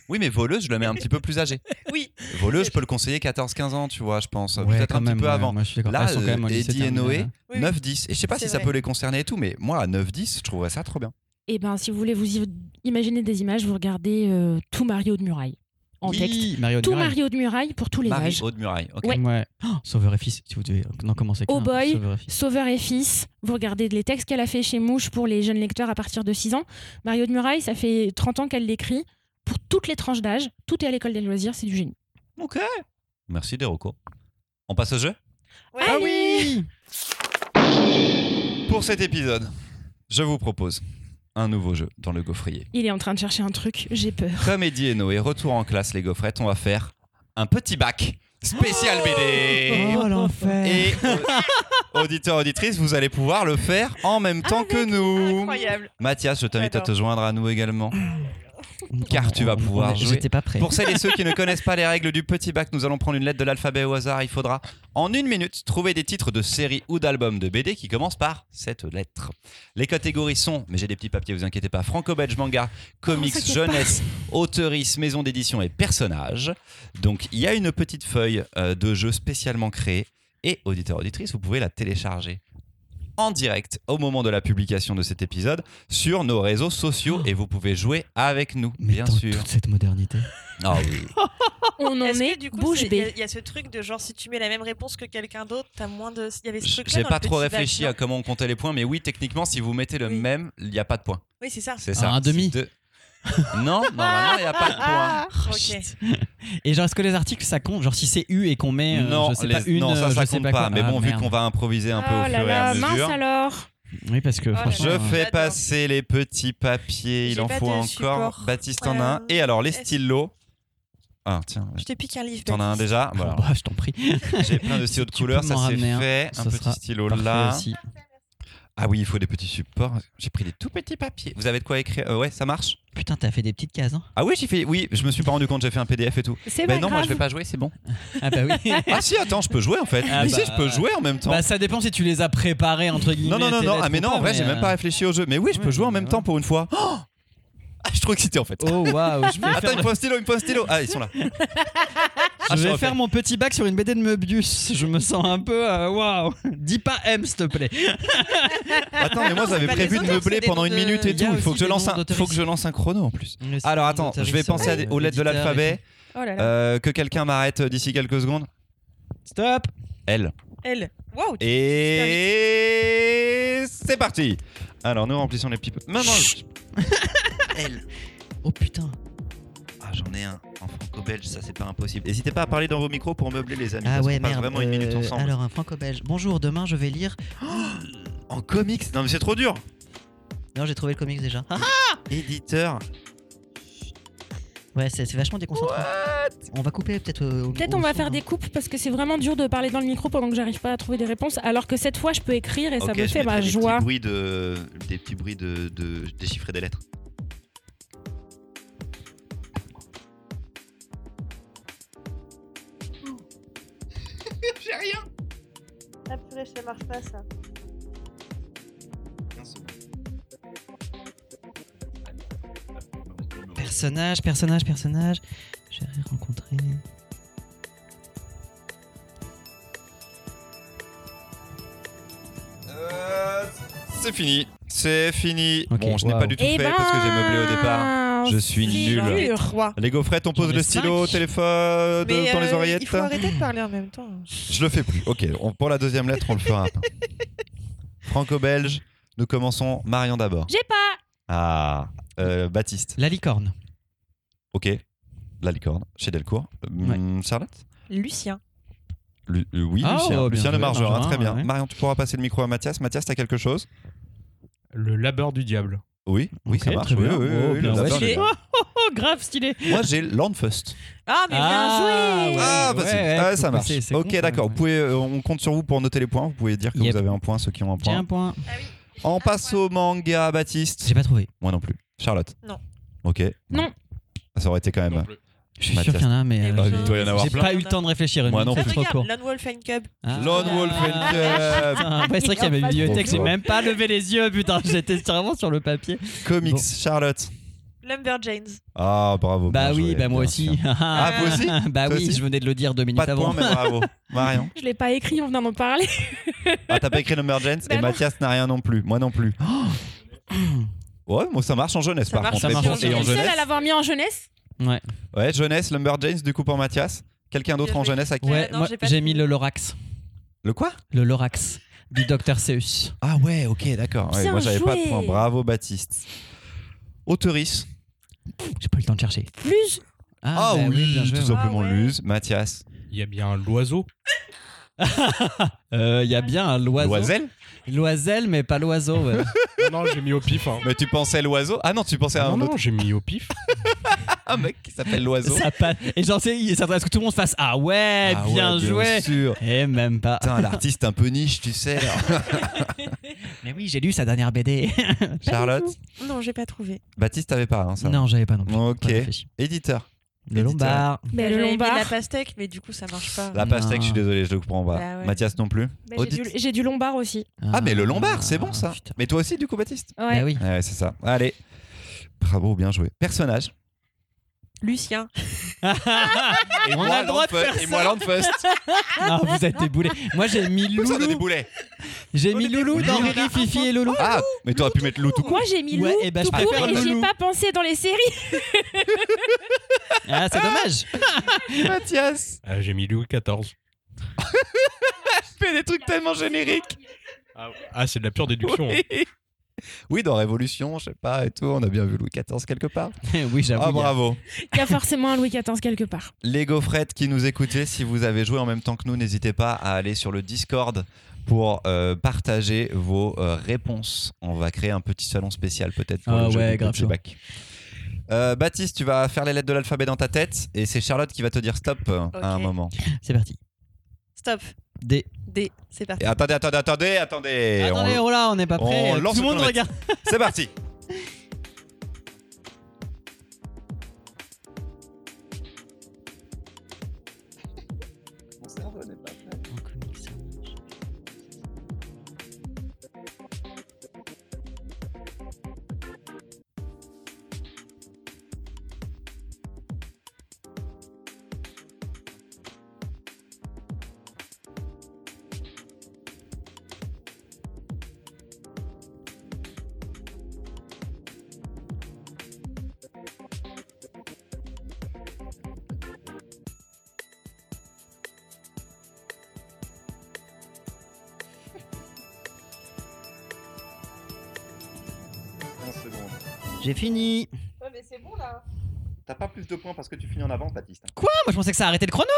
Oui, mais voleuse, je le mets un petit peu plus âgé.
Oui.
Voleuse, je peux le conseiller 14-15 ans, tu vois, je pense.
Ouais,
Peut-être
quand
un
même,
petit peu
ouais,
avant.
Moi, je suis d'accord.
Là,
Elles sont quand même au
euh,
lycée
Eddie et
terminale,
Noé,
là.
Oui, oui.
9-10. Et je sais pas si
C'est
ça
vrai.
peut les concerner et tout, mais moi, à 9-10, je trouverais ça trop bien.
Et ben, si vous voulez vous y- imaginer des images, vous regardez euh, tout Mario de Muraille en
Oui,
texte.
Mario
Tout
Durain.
Mario de Muraille pour tous les
Marie
âges.
Haute Muraille. ok.
Ouais.
Ouais. Oh, Sauveur et fils, si vous devez non commencer.
Oh boy.
Sauveur et fils.
Sauveur et fils, vous regardez les textes qu'elle a fait chez Mouche pour les jeunes lecteurs à partir de 6 ans. Mario de Muraille, ça fait 30 ans qu'elle l'écrit. Pour toutes les tranches d'âge, tout est à l'école des loisirs, c'est du génie.
Ok. Merci, Deroko. On passe au jeu
Ouais.
Ah oui
Pour cet épisode, je vous propose un nouveau jeu dans le gaufrier.
Il est en train de chercher un truc, j'ai peur.
Comme Eddie et Noé, retour en classe, les gaufrettes, on va faire un petit bac spécial BD.
Oh l'enfer.
Et euh, auditeurs, auditrices, vous allez pouvoir le faire en même temps que nous.
Incroyable.
Mathias, je t'invite à te joindre à nous également. car tu vas
On- on-
pouvoir
on-
jouer.
J'étais pas prêt.
Pour celles et ceux qui ne connaissent pas les règles du petit bac, nous allons prendre une lettre de l'alphabet au hasard. Il faudra, en une minute, trouver des titres de séries ou d'albums de BD qui commencent par cette lettre. Les catégories sont, mais j'ai des petits papiers, vous inquiétez pas, franco-belge manga, comics,
s'inquiète pas.
jeunesse, auteurice, maison d'édition et personnages. Donc il y a une petite feuille euh, de jeu spécialement créée. Et auditeur, auditrice, vous pouvez la télécharger en direct au moment de la publication de cet épisode sur nos réseaux sociaux et vous pouvez jouer avec nous,
Mais
bien
dans
sûr.
toute cette modernité.
Ah oui.
On en
Est-ce
est,
que du coup,
bouche
il y, a-
bée.
y a ce truc de genre si tu mets la même réponse que quelqu'un d'autre, t'as moins de. Il y avait ce
J-
truc
J'ai pas trop réfléchi à comment on comptait les points, mais oui, techniquement, si vous mettez le
Oui.
même, il n'y a pas de points.
Oui, c'est ça.
C'est ça.
Un demi.
C'est deux. non, normalement, il n'y a pas de points.
Oh,
Ok.
shit. Et genre, est-ce que les articles ça compte Genre, si c'est U et qu'on met, euh,
non,
je sais
les-
pas, une,
non, ça,
euh,
ça
je sais
compte
pas,
pas.
quoi.
mais bon,
Ah,
vu
merde.
qu'on va improviser un peu au
oh
fur
là
et
là,
à
mince
mesure,
alors.
Oui, parce
Oh
que
là là.
franchement.
je
euh,
fais
J'adore.
passer les petits papiers. Il
J'ai
en
pas
faut
de
encore.
support.
Baptiste en a un.
Euh,
Et alors, les
est-ce-
stylos. Ah, tiens,
Je te pique un livre.
t'en as un
Baptiste.
déjà Voilà.
Bah, je t'en prie.
J'ai plein de stylos de
Tu
couleur,
peux
ça
m'en
c'est
ramener un.
fait. Un
Ça
petit
sera
stylo
Parfait
là.
aussi.
Ah oui, il faut des petits supports. J'ai pris des tout petits papiers. Vous avez de quoi écrire Euh, Ouais, ça marche.
Putain, t'as fait des petites cases. Hein.
Ah oui, j'ai fait. Oui, je me suis pas rendu compte, j'ai fait un PDF et tout.
C'est
Mais
pas
Ben non, moi je
grave.
vais pas jouer, c'est bon.
Ah bah oui.
Ah si, attends, je peux jouer en fait.
Ah
mais
bah,
si, je peux jouer en même temps.
bah ça dépend si tu les as préparées entre guillemets.
non, non, non,
tes
non.
lettres
Ah mais
ou
non, en vrai, j'ai
mais, euh,
même pas réfléchi au jeu. Mais oui, je peux
ouais,
jouer en
mais
même
ouais.
temps pour une fois. Oh ah, je suis trop excité en fait.
euh, Oh waouh, je vais
Attends,
faire,
il me faut un stylo, il me faut un stylo. Ah, ils sont là. Ah,
je
suis
vais
refait.
faire mon petit bac sur une BD de Möbius. Je me sens un peu euh, waouh. Dis pas M s'il te plaît.
Attends, mais moi
C'est
j'avais
pas
prévu
les
de
autres,
meubler
c'est des
pendant une
noms de-
minute et
Il y a
tout. Il faut
aussi
que je
des
lance
noms
un, faut que je
d'autorisés.
lance un chrono en plus. Alors attends, je vais penser à des- aux lettres de l'alphabet.
Oh là là.
Euh, que quelqu'un m'arrête euh, d'ici quelques secondes.
Stop.
Elle.
Elle. Waouh. tu-
Et c'est parti. Alors nous remplissons les petits. peu- Maman.
Chut.
Elle.
Oh putain.
Ah j'en ai un en franco-belge, ça c'est pas impossible. N'hésitez pas à parler dans vos micros pour meubler les amis.
Ah
parce
ouais
qu'on passe
merde.
Vraiment une minute
euh,
ensemble.
alors un franco-belge. Bonjour, demain je vais lire.
En comics. Non mais c'est trop dur.
Non, j'ai trouvé le comics déjà. Ah,
Éditeur.
ouais, c'est c'est vachement déconcentrant. on va couper peut-être. au- au-
Peut-être
au
on va
son,
faire
hein.
des coupes parce que c'est vraiment dur de parler dans le micro pendant que j'arrive pas à trouver des réponses. Alors que cette fois, je peux écrire et ça
Ok,
me
je
fait ma
mettrai des
joie.
Petits bruits de, des petits bruits de, de déchiffrer des lettres.
Ah purée, ça marche pas ça.
Personnage, personnage, personnage. J'ai rien rencontré.
Euh, C'est fini. C'est fini.
Ok,
bon, je n'ai
waouh.
pas du tout fait
ben,
parce que j'ai meublé au départ. Je suis
c'est
nul.
Les
dur.
trois.
Les gaufrettes, on pose
ai
le stylo,
cinq.
téléphone
Mais,
dans les
euh,
oreillettes.
Il faut arrêter de parler en même temps.
Je le fais plus. Ok, on- pour la deuxième lettre, on le fera. attends. Franco-belge, nous commençons. Marion d'abord.
J'ai pas.
Ah, euh, Baptiste.
La licorne.
Ok, la licorne, chez Delcourt. Hum, Charlotte
Lucien.
Lu- euh, Oui,
Ah,
Lucien.
oh, bien
Lucien de
joué,
Margerin,
Margerin,
très bien.
ouais.
Marion, tu pourras passer le micro à Mathias. Mathias, t'as quelque chose
Le labeur du diable.
Oui, oui,
Ok,
ça marche.
très
Oui,
bien.
oui, oui,
Oh,
oui,
bien
le
joué.
labeur,
Stylé.
j'ai-
Oh, oh, oh, grave stylé.
Moi, j'ai Landfest.
Ah mais bien joué.
Ah,
ouais,
facile.
ouais,
Ah,
faut
ça marche.
passer, c'est
Ok,
con, ça,
d'accord.
ouais.
Vous pouvez, euh, on compte sur vous pour noter les points. Vous pouvez dire que
Yep.
vous avez un point, ceux qui ont un
J'ai
point.
un point. Ah,
On passe au manga, Baptiste.
J'ai pas trouvé.
Moi non plus. Charlotte.
Non.
Ok. Ah,
Non.
Ça aurait été quand même.
Je suis sûr
Mathias.
qu'il y en a un, mais.
Eh
euh,
ben,
Ah,
j'ai-
il doit y en avoir
j'ai
plein.
pas eu le temps de réfléchir.
Moi non
Ah,
plus.
Regarde, Lone Wolf and Cub.
Lone Wolf and Cub.
Putain, ouais, Hein Ah, bah, c'est vrai qu'il y avait
Bon,
bibliothèque, j'ai
bon.
même pas levé les yeux, putain, j'étais vraiment sur le papier.
Comics,
Bon.
Charlotte.
Lumberjanes.
Ah, bravo.
bah
bien
oui,
joué,
bah moi
bien
aussi.
sûr. Ah, vous aussi
Bah
Toi
oui,
aussi
je venais de le dire deux minutes
Pas de
avant.
point, mais bravo. Marion.
Je l'ai pas écrit, on vient d'en parler.
Ah, t'as pas écrit Number Gents
Bah
et
non.
Mathias n'a rien non plus. Moi non plus. Oh, Ouais, moi ça marche en jeunesse
Ça
par
marche
contre.
en
Et
jeunesse.
pour-
Je suis
et en
le seul
jeunesse.
à l'avoir mis en jeunesse.
ouais,
Ouais, jeunesse, Lumberjanes du coup pour Mathias. Quelqu'un d'autre en
Bien joué.
jeunesse à qui
ouais,
non,
moi
j'ai pas
j'ai
trouvé.
mis le Lorax.
Le quoi
Le Lorax du Dr. Seuss.
Ah ouais, ok, d'accord. Ouais,
Bien
moi j'avais pas de
joué.
point. Bravo Baptiste. Autoris.
J'ai pas eu le temps de chercher.
Plus.
Ah,
bah
oui,
bien joué.
tout
ouais.
simplement
Ah ouais.
Luz. Mathias.
Il y a bien l'oiseau.
Euh, Il y a bien un loiseau.
Loisel
Loisel, mais pas l'oiseau. ouais.
Non, non, j'ai mis au pif. hein.
Mais tu pensais l'oiseau Ah non, tu pensais à
non,
un
non,
autre
j'ai mis au pif.
un mec qui s'appelle l'oiseau.
Ça passe- Et genre, c'est- il s'attendait à ce que tout le monde fasse Ah ouais,
Ah ouais,
bien joué.
sûr.
Et même pas.
Putain, l'artiste un peu niche, tu sais.
Mais oui, j'ai lu sa dernière BD.
Charlotte.
Non, j'ai pas trouvé.
Baptiste, t'avais pas, hein, ça
non, j'avais pas non plus.
Ok.
Pas réfléchi.
Éditeur.
Le Lombard.
Mais le
J'avais mis
lombard.
La pastèque, mais du coup ça marche pas.
La
Non.
pastèque, je suis désolé, je le comprends pas.
Bah ouais.
Mathias non plus.
Bah, j'ai
Audit.
du- J'ai du lombard aussi.
Ah, mais le lombard, c'est bon ça.
putain.
Mais toi aussi, du coup, Baptiste Ah
Ouais.
Bah oui.
Ouais, c'est ça. Allez. Bravo, bien joué. Personnage.
Lucien.
Et
On
moi,
a le droit de
Landfest-
faire
Et
ça.
moi, Landfest.
Ah, vous êtes des boulets. Moi, j'ai mis
Ça donne des
Loulou.
boulets.
J'ai mis Loulou dans
Loulou.
Riri, Fifi et Loulou.
Ah, mais t'aurais pu mettre loup tout court.
Moi j'ai mis
Ouais,
loup
eh
Bah,
ben, je
tout court
préfère
et
le
j'ai
loup.
pas pensé dans les séries.
Ah, c'est dommage.
Mathias,
Ah, j'ai mis Louis XIV.
fais des trucs tellement génériques.
Ah, c'est de la pure déduction. hein.
Oui. Oui, dans Révolution, je sais pas, et tout, on a bien vu Louis XIV quelque part.
oui, j'avoue.
Ah,
il y a-
bravo.
Il y a forcément un Louis XIV quelque part.
Les gaufrettes qui nous écoutez, si vous avez joué en même temps que nous, n'hésitez pas à aller sur le Discord pour euh, partager vos euh, réponses. On va créer un petit salon spécial peut-être pour
Ah
le jeu
ouais,
du
grave
Petit
chaud.
Bac. Euh, Baptiste, tu vas faire les lettres de l'alphabet dans ta tête et c'est Charlotte qui va te dire stop euh, à un
Ok.
moment.
C'est parti.
Stop.
D.
D. C'est parti.
Et attendez, attendez, attendez, attendez. on-
Attendez, oh là, on n'est pas prêt.
on lance
Tout le
le
monde
chronomètre.
regarde.
C'est parti.
J'ai fini. Ah,
Ouais, mais c'est bon là.
T'as pas plus de points parce que tu finis en avance, Baptiste.
Ah, moi je pensais que ça arrêtait le chrono.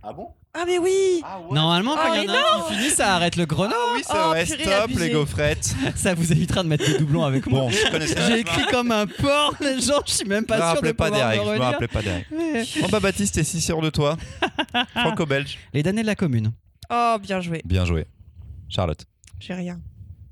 Ah bon
Ah, mais oui
Ah ouais.
Normalement, quand
Oh,
il y en a un qui finit, ça arrête le chrono.
oui, c'est
Oh,
vrai.
purée,
Stop
abusé.
les gaufrettes.
Ça vous évitera de mettre des doublons avec moi.
Bon, je connaissais.
J'ai écrit comme un porc, les gens, je suis même
Je me
pas sûr de
rappelais pas des
pouvoir me
règles. Je me
relire.
rappelais pas des règles.
Mais-
Bon bah Baptiste, t'es si sûr de toi. Franco-belge.
Les damnés de la commune.
Oh, bien joué.
Bien joué, Charlotte.
J'ai rien.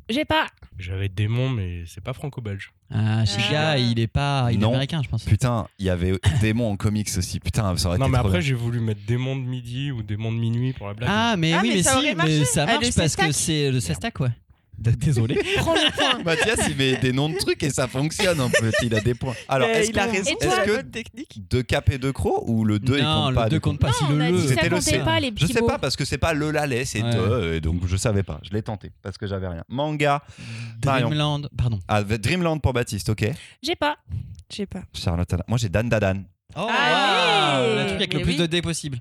J'ai pas.
J'avais démon, mais c'est pas franco-belge.
Ah, Shiga,
Ah.
il est pas, il est
Non.
américain, je pense.
Putain, il y avait Démon en comics aussi. Putain, ça aurait
Non,
été
mais
trop
après,
bien.
j'ai voulu mettre démon de midi ou démon de minuit pour la blague.
Ah, mais
Ah,
oui,
mais
mais,
ça
si,
aurait
mais
marché.
ça
Ah, le
marche parce que
Cestac.
c'est le Cestac, ouais. D- Désolé.
Prends le point.
Mathias, il met des noms de trucs et ça fonctionne en plus. Il a des points. Alors,
Mais
est-ce
Eh, il a
qu'on-
raison.
Et toi
est-ce que
technique.
2 cap et 2 crocs ou le 2 il
non,
compte pas
le 2
du coup
compte pas. Si
Non,
le
on a
le.
dit ça
C'était le
comptait
C.
pas les
Je
petits
sais pas parce que c'est pas le lalais, c'est
Ouais.
deux, et donc je savais pas. Je l'ai tenté parce que j'avais rien. Manga Marion.
Dreamland. Pardon.
avec Dreamland pour Baptiste, ok.
J'ai pas.
Je sais pas.
Charlotte, Anna- moi j'ai Dan Dadan.
Oh,
Ah
waouh,
oui,
le truc avec le
mais
plus
oui.
de dés possible.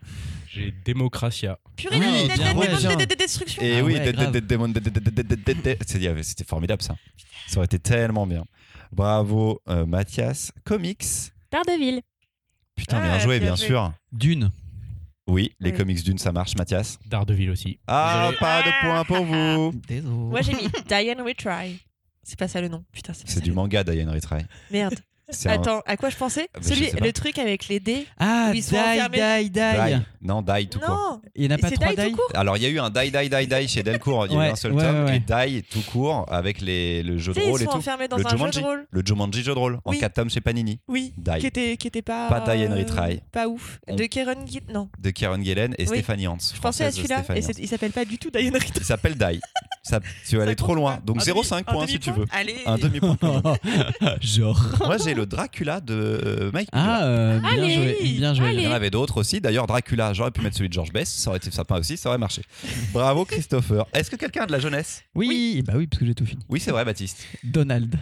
J'ai démocratia.
Purée,
Ah,
la-
oui,
la-
bien,
la-
ouais,
la-
bien.
la- la destruction.
Et
Ah
oui,
ouais,
Dead-
grave.
Dead Demon, Dead- Dead- Dead- Dead- Dead- Dead- Dead- C'est- il y avait- c'était formidable ça. Ça aurait été tellement bien. Bravo euh, Mathias. Comics.
Daredevil.
Putain,
Ah,
bien joué,
bien
bien
joué.
sûr.
Dune.
Oui, les
Ouais.
comics d'une, ça marche, Mathias.
D'Ardeville aussi.
Ah,
Désolé.
pas de points pour vous.
Désolé.
Moi j'ai mis Diane We Try. C'est pas ça le nom. Putain, c'est pas
C'est
ça
du
le nom.
manga, Diane Retry.
Merde.
C'est un-
Attends, à quoi je pensais
Ah, bah, je
Celui,
sais pas.
le truc avec les dés.
ah,
Où
die,
ils sont enfermés.
die, die,
Die. Non, Die tout court.
Non.
Il n'y en a pas
C'est
trois
die tout
die.
court.
Alors, il y a eu un die, die, die, die chez Delcourt. Il y a
Ouais,
eu un seul
ouais,
tome.
ouais,
Et die tout court avec les, le jeu
Tu
de
sais, ils
rôle et
sont
tout.
enfermés dans
Le
un
Jumanji.
jeu de rôle.
Le Jumanji jeu de rôle en
Oui.
4 tomes chez Panini
Oui.
Die.
Qui était, qui était pas.
Pas Die and
euh,
Retry.
Pas ouf.
On-
De Keren Git, non.
de Karen Gillen et
Oui.
Stéphanie Hans.
Je pensais à celui-là. Et c'est- il s'appelle pas du tout Diane Retry.
Il s'appelle Die. Ça- tu vas aller trop loin. Donc 0,5 points si tu veux.
Allez.
Un demi-point.
Genre.
Moi, j'ai le Dracula de euh, Mike. Mignola.
Ah, euh, bien
Allez,
joué. Bien joué.
Il y en
allez.
avait d'autres aussi. D'ailleurs, Dracula, j'aurais pu mettre celui de George Bess. Ça aurait été sympa aussi. Ça aurait marché. Bravo, Christopher. Est-ce que quelqu'un a de la jeunesse
Oui, bah oui, parce que j'ai tout fini.
Oui, c'est vrai, Baptiste.
Donald.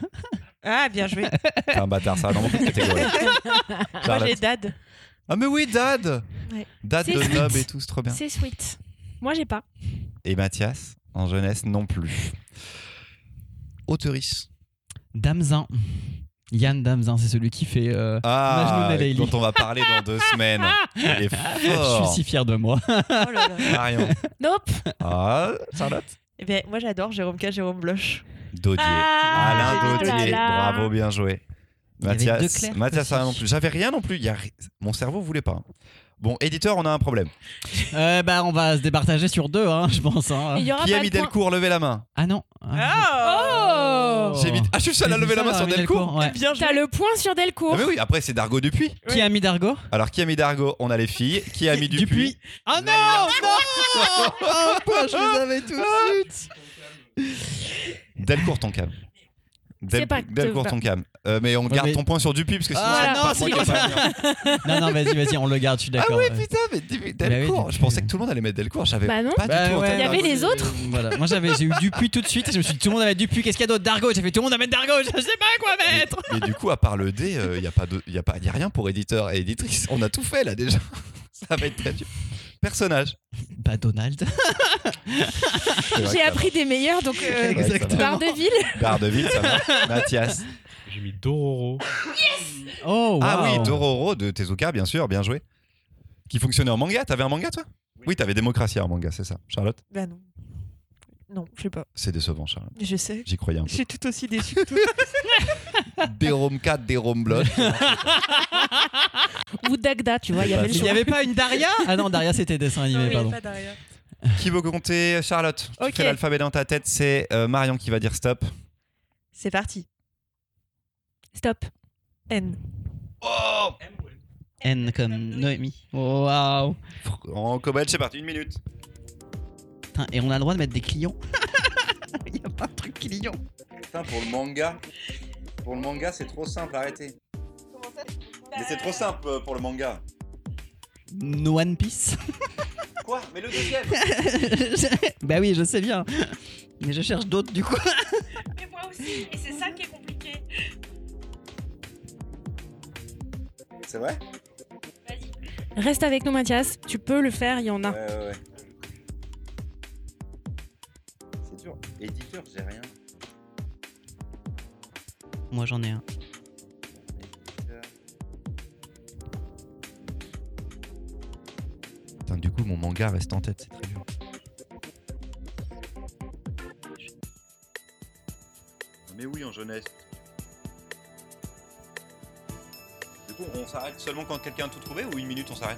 Ah, bien joué.
T'es un bâtard, ça va dans mon catégorie.
Moi
Charlotte.
j'ai Dad.
Ah mais oui, Dad
Ouais.
Dad
C'est
de
sweet.
Nob et tout, c'est trop bien.
C'est sweet. Moi, j'ai pas.
Et Mathias, en jeunesse non plus. Auteurice.
Damzin. Yann Damzin, c'est celui qui fait. euh,
Ah,
Majnoun et Leïli.
dont on va parler dans deux semaines. Il est
Je
fort.
suis si fier de moi.
Oh là là.
Marion.
Nope.
Ah, Charlotte.
Eh ben, moi j'adore Jérôme K, Jérôme Bloch.
Dodier.
Ah,
Alain
j'ai mis
Dodier.
Lala.
Bravo, bien joué.
Il y avait deux
Mathias,
clercs
Mathias
aussi.
ça va non plus. J'avais rien non plus. Il y a... ri- Mon cerveau voulait pas. Bon, éditeur, on a un problème.
Euh, bah, on va se départager sur deux, hein, je pense. hein.
Il y aura
Qui
pas
a mis
de Oh, bah, point.
Delcourt Levez la main.
Ah non. Ah,
Oh
J'ai mis... Ah, je suis seul à
C'est
lever la
ça,
main sur
Rémi
Delcourt.
ouais.
Eh Bien joué.
T'as le point sur Delcourt.
Ah, mais oui, après, c'est Dargo Dupuis.
Qui a mis Dargo
Alors, qui a mis Dargo On a les filles. Qui a mis Dupuis
Ah non Non Un point, je les avais tout
Ah.
de suite
Delcourt, ton cam. Del-
C'est pas-
Delcourt,
c'est
ton cam. Euh, mais on
Ouais,
garde
mais-
ton point sur Dupuis parce que sinon,
Ah,
c'est
non,
pas
c'est
moi qui ai
comme
pas mis.
Non, non, vas-y, vas-y, on le garde, je suis
Ah
d'accord.
ouais,
ouais.
putain, mais Dupuis-
Bah oui,
Delcourt. je
Dupuis,
pensais
ouais.
que tout le monde allait mettre Delcourt. J'avais
Bah non.
pas
Bah
du tout
ouais.
entendu
Il y avait
Dargo
les
Dupuis.
autres
Voilà, moi j'avais j'ai eu Dupuis tout de suite et je me suis dit tout le monde avait Dupuis, qu'est-ce qu'il y a d'autre Dargo J'ai fait tout le monde à mettre Dargo, je sais pas quoi
Mais,
mettre
mais du coup, à part le D, il n'y a, pas de- y a, pas- y a rien pour éditeur et éditrice. On a tout fait là déjà. Ça va être très dur. Personnage.
Bah Donald
C'est vrai
J'ai
que ça
appris des meilleurs, donc euh,
Ouais, ça va.
Daredevil.
marche. Daredevil, ça marche. Mathias.
J'ai mis Dororo.
Oh,
Ah
waouh.
oui, Dororo de Tezuka, bien sûr, bien joué. Qui fonctionnait en manga. T'avais un manga toi Oui, t'avais Démocratie en manga, c'est ça. Charlotte
Bah non. Non, je sais pas.
C'est décevant, Charlotte.
Je sais.
J'y croyais un
Je
peu.
suis tout aussi déçue. que toi.
des Roms 4, des Roms Blood.
Ou Dagda, tu vois, il y avait le
Il
choix.
n'y avait pas une Daria Ah non, Daria c'était dessin animé, pardon.
pas derrière.
qui veut compter Charlotte, tu
Ok.
fais l'alphabet dans ta tête, c'est euh, Marion qui va dire stop.
C'est parti.
Stop.
N.
Oh
N comme Noémie. Waouh.
En cobalt, c'est parti, une minute.
Putain, Et on a le droit de mettre des clients Il n'y a pas de truc client.
Putain, pour le manga, pour le manga, c'est trop simple, arrêtez. Mais c'est trop simple euh, pour le manga.
No One Piece
Quoi Mais le deuxième
Bah oui, je sais bien. Mais je cherche d'autres du coup.
Et moi aussi, et c'est ça qui est compliqué.
C'est vrai
Reste avec nous, Mathias. Tu peux le faire, il y en a.
Ouais, ouais, ouais. C'est dur. Éditeur, j'ai rien.
Moi j'en ai un.
Putain, du coup, mon manga reste en tête, c'est très dur. Mais oui, en jeunesse. Du coup, on s'arrête seulement quand quelqu'un a tout trouvé ou une minute on s'arrête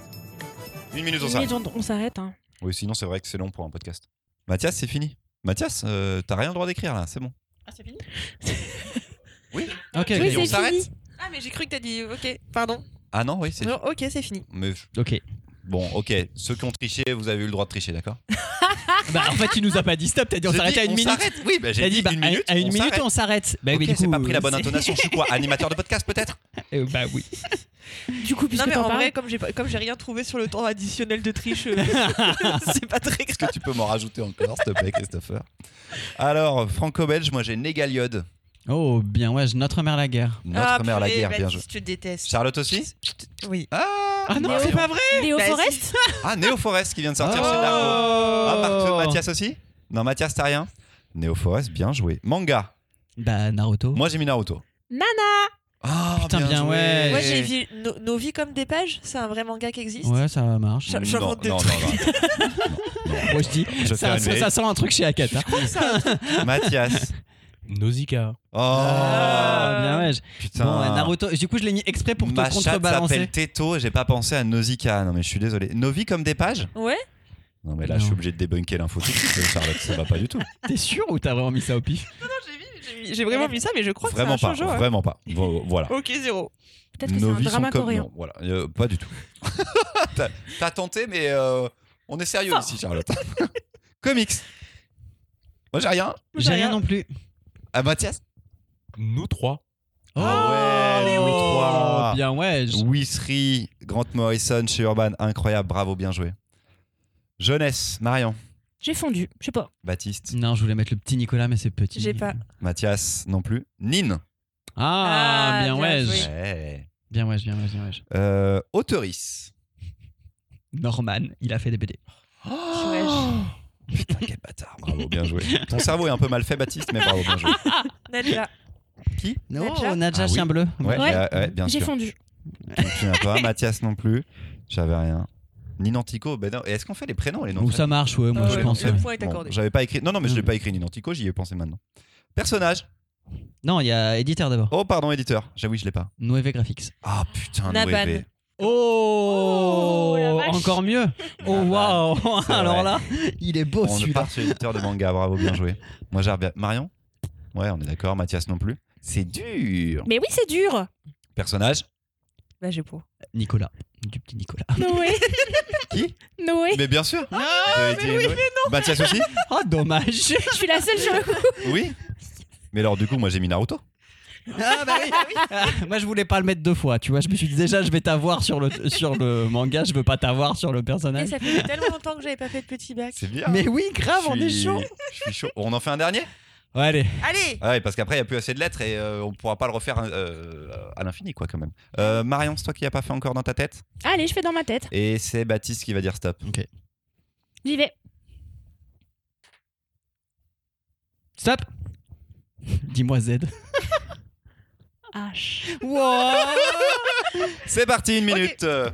Une minute on
Une
s'arrête.
minute, on on s'arrête. hein.
Oui, sinon c'est vrai que c'est long pour un podcast. Mathias, c'est fini. Mathias, euh, t'as rien le droit d'écrire là, c'est bon.
Ah, c'est fini
Oui.
Ok,
Et
Oui,
on
c'est
s'arrête
fini.
Ah, mais j'ai cru que t'as dit ok, pardon.
Ah non, oui, c'est.
Non, ok, c'est fini.
Mais je-
ok.
bon, ok. Ceux qui ont triché, vous avez eu le droit de tricher, d'accord
Bah en fait, il nous a pas dit stop, t'as dit on
Je
s'arrête
dis,
à une minute.
s'arrête. Oui, bah,
T'as
j'ai dit,
bah,
une
à-
minute.
à, une
on
minute
s'arrête.
on s'arrête. Bah oui,
Ok,
mais du
j'ai
coup,
pas pris la bonne
c'est-
intonation. Je suis quoi Animateur de podcast peut-être
Euh, bah oui.
Du coup,
Non,
puisque
mais
t'en
en
parles,
vrai, comme j'ai pas- comme j'ai rien trouvé sur le temps additionnel de triche, euh, c'est pas très
Est-ce
grave.
que tu peux m'en rajouter encore, s'il te plaît, Christopher Alors, franco-belge, moi j'ai Négaliode.
Oh bien ouais, je notre mère la guerre.
Notre
Ah,
mère la
purée,
guerre, bien joué.
Baptiste, Je te déteste.
Charlotte aussi
Oui.
Ah,
Ah non,
Marion.
c'est pas vrai.
Léo
Bah, si.
Forest
Ah, Néo Forest qui vient de sortir
oh.
chez Dargo. Ah, Marc- Mathias aussi Non, Mathias, t'as rien Néo Forest, bien joué. Manga,
Bah Naruto.
moi j'ai mis Naruto.
Nana
Ah,
Putain, bien,
joué.
ouais.
Moi, j'ai vu No- Nos vies comme des pages. C'est un vrai manga qui existe.
Ouais, ça marche.
Ch-
Non,
j'invente des
non, non,
trucs.
Moi je dis,
Je vais
ça,
faire
ça-
une Oh.
ça sent un truc chez Akata.
non. Mathias.
Nausicaa.
Oh,
Ah, bien ouais. je-
putain.
Bon, ouais, Naruto, du coup je l'ai mis exprès pour te
Ma chatte
contrebalancer.
s'appelle Teto et j'ai pas pensé à Nausicaa. Non mais je suis désolé. Novi comme des pages
Ouais.
Non mais là
Non.
je suis obligé de débunker l'info tout de suite, euh, Charlotte, ça va pas du tout.
T'es sûr ou t'as vraiment mis ça au pif
J'ai vraiment vu ça, mais je crois
Vraiment
que c'est un
pas,
shoujo. hein. Oh,
vraiment pas. Vo- Voilà.
Ok, zéro.
Peut-être que c'est un
Novi
drama
sont comme-
coréen.
non, voilà, Euh, pas du tout. T'as- T'as tenté mais euh, on est sérieux
Fort.
ici Charlotte. Comics. Moi j'ai rien.
J'ai rien non plus.
Ah Mathias
Nous trois.
Ah ouais, nous trois.
Oh, Bien ouais. je-
Wissery, Grant Morrison chez Urban, incroyable, bravo, bien joué. Jeunesse, Marion,
J'ai fondu, je sais pas.
Baptiste,
Non, je voulais mettre le petit Nicolas, mais c'est petit.
J'ai pas.
Mathias non plus. Nin.
Ah,
Ah,
bien
bien
ouais.
joué.
je- Bien ouais, je- bien ouais, je- bien ouais. je-
Euh, Autoris.
Norman, il a fait des BD.
Oh. Putain, quel bâtard. Bravo, bien joué. Ton cerveau est un peu mal fait, Baptiste, mais bravo, bien joué.
Nadja.
Qui
Non,
Nadja
Oh, Nadja
Ah oui.
Chien Bleu.
ouais,
Ouais.
euh, ouais, bien
J'ai
sûr.
fondu.
Donc, tu n'as pas. Mathias non plus. J'avais rien. Ninantico. Ben non. Et Est-ce qu'on fait les prénoms et les noms
Ou
de
ça marche, ouais, moi
Ah
je
ouais,
pense.
le
ouais.
point est
Bon,
accordé. Mm.
J'avais pas écrit. Non, non, mais je l'ai pas écrit Ninantico, j'y ai pensé maintenant. Personnage.
Non, il y a éditeur d'abord.
Oh, pardon, éditeur. J'avoue, je l'ai pas.
Noévé Graphics.
Ah, putain,
Naban.
Noévé.
Oh,
la vache.
Encore mieux. Oh
Naban.
waouh.
Ah, bah, c'est
Alors
vrai.
là, il est beau
On
Oh, celui-là.
part sur l'éditeur de manga, bravo, bien joué. Moi, j'ai bien. Marion Ouais, on est d'accord, Mathias non plus. C'est dur.
Mais oui, c'est dur
Personnage
Là, Bah, j'ai pour.
Nicolas. Du petit Nicolas.
Noé
Qui
Noé
Mais bien sûr
Ah,
J'avais dit Noé. Mathias aussi
oh, dommage.
Je suis la seule sur le coup
Oui Mais alors, du coup, moi, j'ai mis Naruto.
Ah bah oui. Ah, Moi je voulais pas le mettre deux fois, tu vois. Je me suis dit déjà je vais t'avoir sur le sur le manga, je veux pas t'avoir sur le
Et
personnage.
ça fait tellement longtemps que j'avais pas fait de petit bac.
C'est bien.
Mais oui, grave,
Je
on est
suis-
chaud.
Je suis chaud. On en fait un dernier
Ouais, allez.
Allez
Ah ouais, parce qu'après, il n'y a plus assez de lettres et euh, on pourra pas le refaire euh, à l'infini, quoi, quand même. Euh, Marion, c'est toi qui n'as pas fait encore dans ta tête.
Allez, je fais dans ma tête.
Et c'est Baptiste qui va dire stop.
J'y vais.
Stop. Dis-moi Z.
H.
C'est parti, une minute. euh.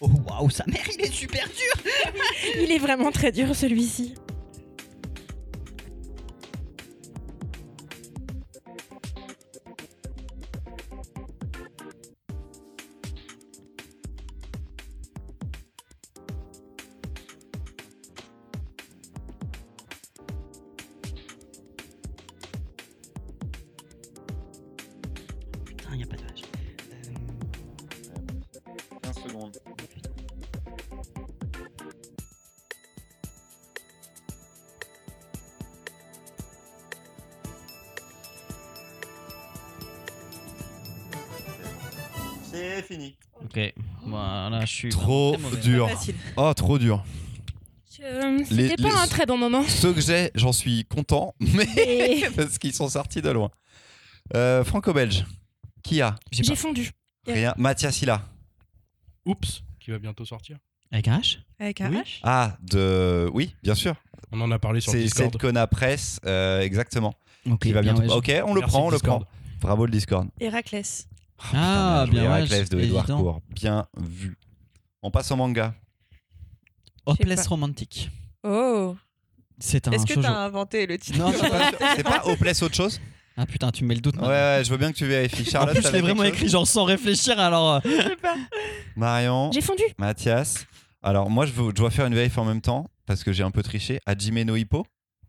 Oh waouh, sa mère, il est super dur
Il est vraiment très dur celui-ci.
Putain, y a pas de vache.
15 secondes.
C'est fini.
Ok, voilà, je suis.
Trop
C'est mauvais.
dur.
Facile.
Oh, trop dur. Les-
Euh, C'était pas
les-
un très bon moment.
Ceux que j'ai, j'en suis content, mais
Et
parce qu'ils sont sortis de loin. Euh, Franco-belge. Qui a
J'ai
J'ai
pas-
fondu.
Rien. Mathias Silla.
Oups, qui va bientôt sortir.
Avec un H
Avec un
Oui.
H
Ah, de. Oui, bien sûr.
On en a parlé sur le
C'est
Discord.
cette Kona Press, euh, exactement.
Ok,
Qui va bien.
ouais, je-
Ok, on le
Merci,
prend, on le
Discord.
prend. Bravo le Discord.
Héraclès.
Ah,
Putain, bien joué,
bien ouais,
Héraclès de
c'est
Edouard
évident.
Cour. Bien vu. On passe au manga.
Hopeless
J'ai pas-
Romantic.
Oh
C'est un
Est-ce que
shoujo.
t'as inventé le titre
Non,
C'est pas, c'est pas Hopeless autre chose
Ah putain, tu me mets le doute.
Ouais,
maintenant.
ouais, je veux bien que tu vérifies.
en
Charlotte,
plus, je
t'avais
l'ai vraiment
quelque chose
écrit genre sans réfléchir, alors. euh,
Je sais pas.
Marion,
J'ai fondu.
Mathias. Alors, moi, je, veux- je dois faire une vérif en même temps parce que j'ai un peu triché. Hajime no Hippo.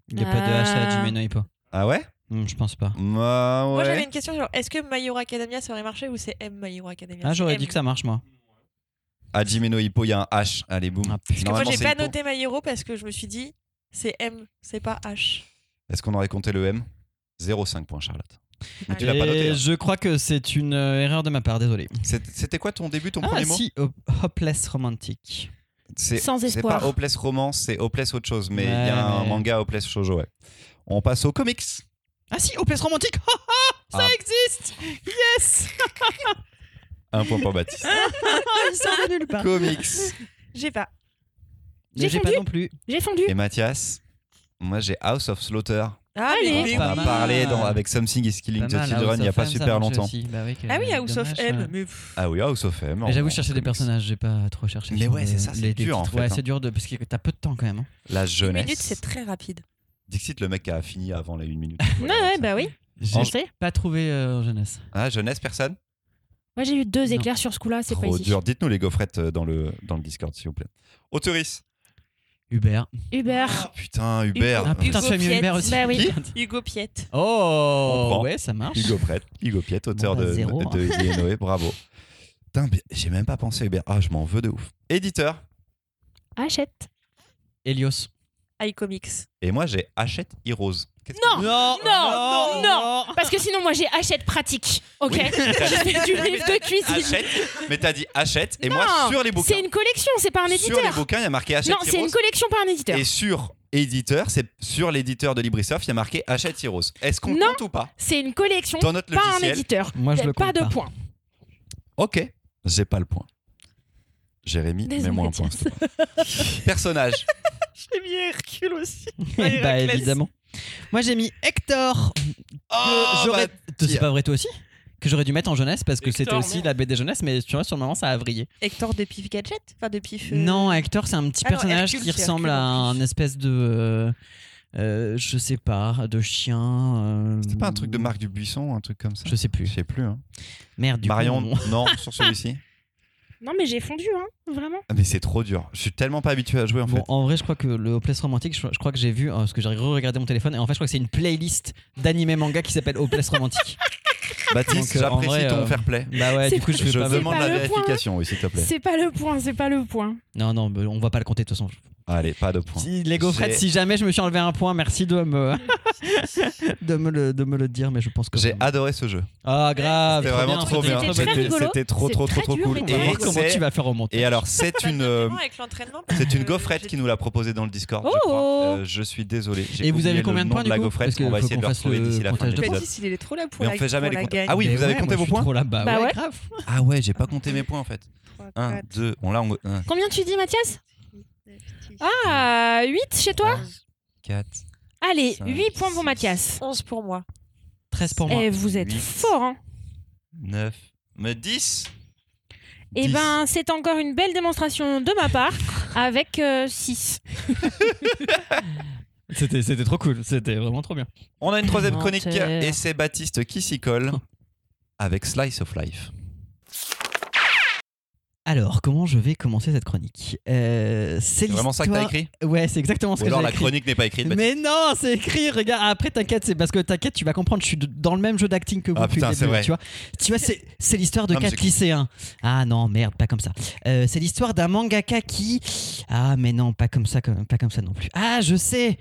Il n'y a pas de H à
Ah.
Jimeno Hippo.
Ah ouais
Hum, Je pense pas.
Bah,
Moi j'avais
ouais.
une question genre est-ce que My Hero Academia ça aurait marché ou c'est M My Hero Academia
Ah,
C'est
j'aurais
M.
dit que ça marche, moi.
Hajime no Hippo, il y a un H. Allez, boum.
Ah, putain.
Parce que moi
Normalement,
j'ai
c'est
pas
Hippo.
noté My Hero parce que je me suis dit c'est M, c'est pas H.
Est-ce qu'on aurait compté le M 0,5 points, Charlotte. Mais tu l'as
Et
pas noté. hein.
je crois que c'est une euh, erreur de ma part, désolé.
C'est- C'était quoi ton début, ton
Ah
premier mot
si, Hop- Hopeless Romantic.
C'est-
Sans
C'est
espoir.
pas Hopeless Romance, c'est Hopeless autre chose. Mais il y a
Ouais,
un
mais-
manga Hopeless Shoujo, ouais. On passe aux comics.
Ah si, Hopeless Romantic Ah, ah,
Ah.
Ça existe Yes
Un point pour Baptiste.
Il sort de nulle part.
comics.
J'ai pas.
Mais J'ai pas
fondu.
non plus.
J'ai fondu.
Et Mathias, moi j'ai House of Slaughter.
Ah, mais
Allez.
oui,
On
Pas
en a
mal.
parlé dans, avec Something is Killing
Pas
the
mal,
Children
House
il n'y a
of
pas
M, ça
super
marche
longtemps.
aussi. Bah oui, que-
Ah oui, House of
dommage,
M.
ouais.
Mais pff,
Ah oui, House of M.
Mais j'avoue,
en-
je cherchais
en
des
comics.
personnages, j'ai pas trop cherché.
Mais
sur
ouais,
les-
c'est ça, c'est
les
dur, en
titres.
fait,
Ouais,
hein.
c'est dur de. Parce que t'as peu de temps quand même. hein.
La
une
jeunesse.
minute c'est très rapide.
Dixit, le mec qui a fini avant les 1 minute.
Ouais,
Voilà,
ouais,
ça.
bah oui.
J'ai
Je sais.
pas trouvé euh, en jeunesse.
Ah, jeunesse, personne
Moi j'ai eu deux
Non.
éclairs sur ce coup-là, c'est pas
Trop
ici.
dur. Dites-nous les gaufrettes euh, dans le, dans le Discord, s'il vous plaît. Autoris.
Hubert.
Hubert.
Putain, Hubert.
Ah putain,
Hugo
tu as mis
Piet.
Hubert aussi.
Bah oui.
Hugo Piette.
On
Oh
prend.
Ouais, ça marche.
Hugo Prête, Hugo Piette, auteur
Bon, bah,
de,
zéro,
de Billy et Noé, bravo. Putain, mais j'ai même pas pensé Hubert. Ah, je m'en veux de ouf. Éditeur.
Achète.
Elios.
iComics.
Et moi, j'ai Hachette Heroes. Qu'est-ce que-
Non non, Parce que sinon moi j'ai achète pratique. Ok.
Oui.
Je fais du livre de cuisine.
Hachette, mais t'as dit Hachette, et
Non,
moi sur les bouquins.
C'est une collection, c'est pas un
Sur les
éditeur.
bouquins, il y a marqué Hachette
Non, c'est
Heroes.
une collection, pas un éditeur.
Et sur éditeur, c'est sur l'éditeur de Librisoft, il y a marqué Hachette Heroes. Est-ce qu'on
Non.
compte ou pas
C'est une collection,
Dans notre
pas un
logiciel.
éditeur.
Moi, je le
Pas
compte
de
pas.
points.
Ok, j'ai pas le point. Jérémy,
Désolée,
mets-moi un point.
Mathias.
s'il te plaît. Personnage.
J'ai mis Hercule aussi.
bah
Héraclès.
évidemment. Moi j'ai mis Hector. que
Oh,
j'aurais-
bah,
C'est pas vrai toi aussi Que j'aurais dû mettre en jeunesse parce que
Hector,
c'était aussi
merde.
la BD jeunesse, mais tu vois sur le moment ça a vrillé.
Hector de Pif Gadget Enfin de Pif. euh,
Non, Hector c'est un petit
Ah non,
personnage
Hercule,
qui
c'est
ressemble
Hercule
à
en
un
plus.
espèce de, euh, euh, je sais pas, de chien. euh,
C'est pas un truc de Marc Dubuisson, un truc comme ça
Je sais
Je
plus.
sais plus. Hein.
Merde. Du coup,
Marion,
non.
non, sur celui-ci.
Non mais j'ai fondu, hein, vraiment.
Ah, Mais c'est trop dur. Je suis tellement pas habitué à jouer en
Bon,
fait.
en vrai, je crois que le Hopeless Romantique, je, je crois que j'ai vu, euh, parce que j'ai regardé mon téléphone, et en fait, je crois que c'est une playlist d'animé manga qui s'appelle Hopeless Romantique.
Baptiste,
Donc, euh, en
j'apprécie
vrai,
ton
euh,
fair play.
bah ouais,
C'est
du coup, je
Je,
fais pas.
demande la
pas le point.
vérification, oui, s'il te plaît.
C'est pas le point, c'est pas le point.
Non, non, mais on va pas le compter de toute façon.
Allez, pas de point.
Si, les gaufrettes,
J'ai-
si jamais je me suis enlevé un point, merci de me, de me, le, de me le dire, mais je pense que.
J'ai adoré ce jeu.
Ah, grave.
C'était vraiment
bien,
trop
c'était
bien.
très
trop
C'était
bien.
rigolo.
c'était trop,
C'est
trop, trop,
très
trop
dur,
cool.
mais
Et
très
Et
rigolo.
comment
c'est-
tu vas faire remonter
Et alors, c'est
Bah,
une, euh,
vraiment avec l'entraînement. parce
c'est une
que
gaufrette
j'ai-
qui nous l'a proposé dans le Discord.
Oh
je, crois. Euh, je suis désolé. j'ai
Et vous
oublié
avez
le
combien de
nom
points,
de
du
la
coup
gaufrette
Parce que
On va
faut
essayer de
qu'on
la
fasse
retrouver
le
d'ici la fin
comptage
de
de
l'épisode.
Baptiste, il est trop là pour
Mais
la
on fait jamais
pour
les
la
comptages.
gagne.
Ah oui,
Mais
vous avez
ouais,
compté
moi,
vos
je suis
points
trop là-bas.
Bah
ouais,
ouais.
grave.
Ah ouais, j'ai pas compté mes points en fait.
Trois,
1,
quatre,
2, on l'a.
Combien tu dis Mathias
neuf, dix,
Ah, 8 chez toi
4.
Allez,
Cinq,
8 points pour
six.
Mathias.
11 pour moi.
13 pour moi.
Eh, vous êtes
Huit.
fort, hein
9, 10.
Eh
Dix.
ben, c'est encore une belle démonstration de ma part avec euh, 6.
C'était c'était trop cool, c'était vraiment trop bien.
On a une troisième
Menteur.
chronique et c'est Baptiste qui s'y colle avec Slice of Life.
Alors, comment je vais commencer cette chronique Euh, C'est
C'est vraiment ça que t'as
l'histoire-
écrit
Ouais, c'est exactement ce
Ou
que
alors
j'ai
la
écrit.
chronique n'est pas écrite, Baptiste
Mais non, c'est écrit, regarde. Après, t'inquiète, c'est parce que t'inquiète, tu vas comprendre. Je suis de- dans le même jeu d'acting que vous.
Ah,
depuis
putain,
le
c'est
début,
vrai.
Tu vois, tu vois, c'est c'est l'histoire de
Non, mais
quatre
c'est cool.
lycéens. Ah non, merde, pas comme ça. Euh, c'est l'histoire d'un mangaka qui. Ah mais non, pas comme ça, comme- pas comme ça non plus. Ah, je sais.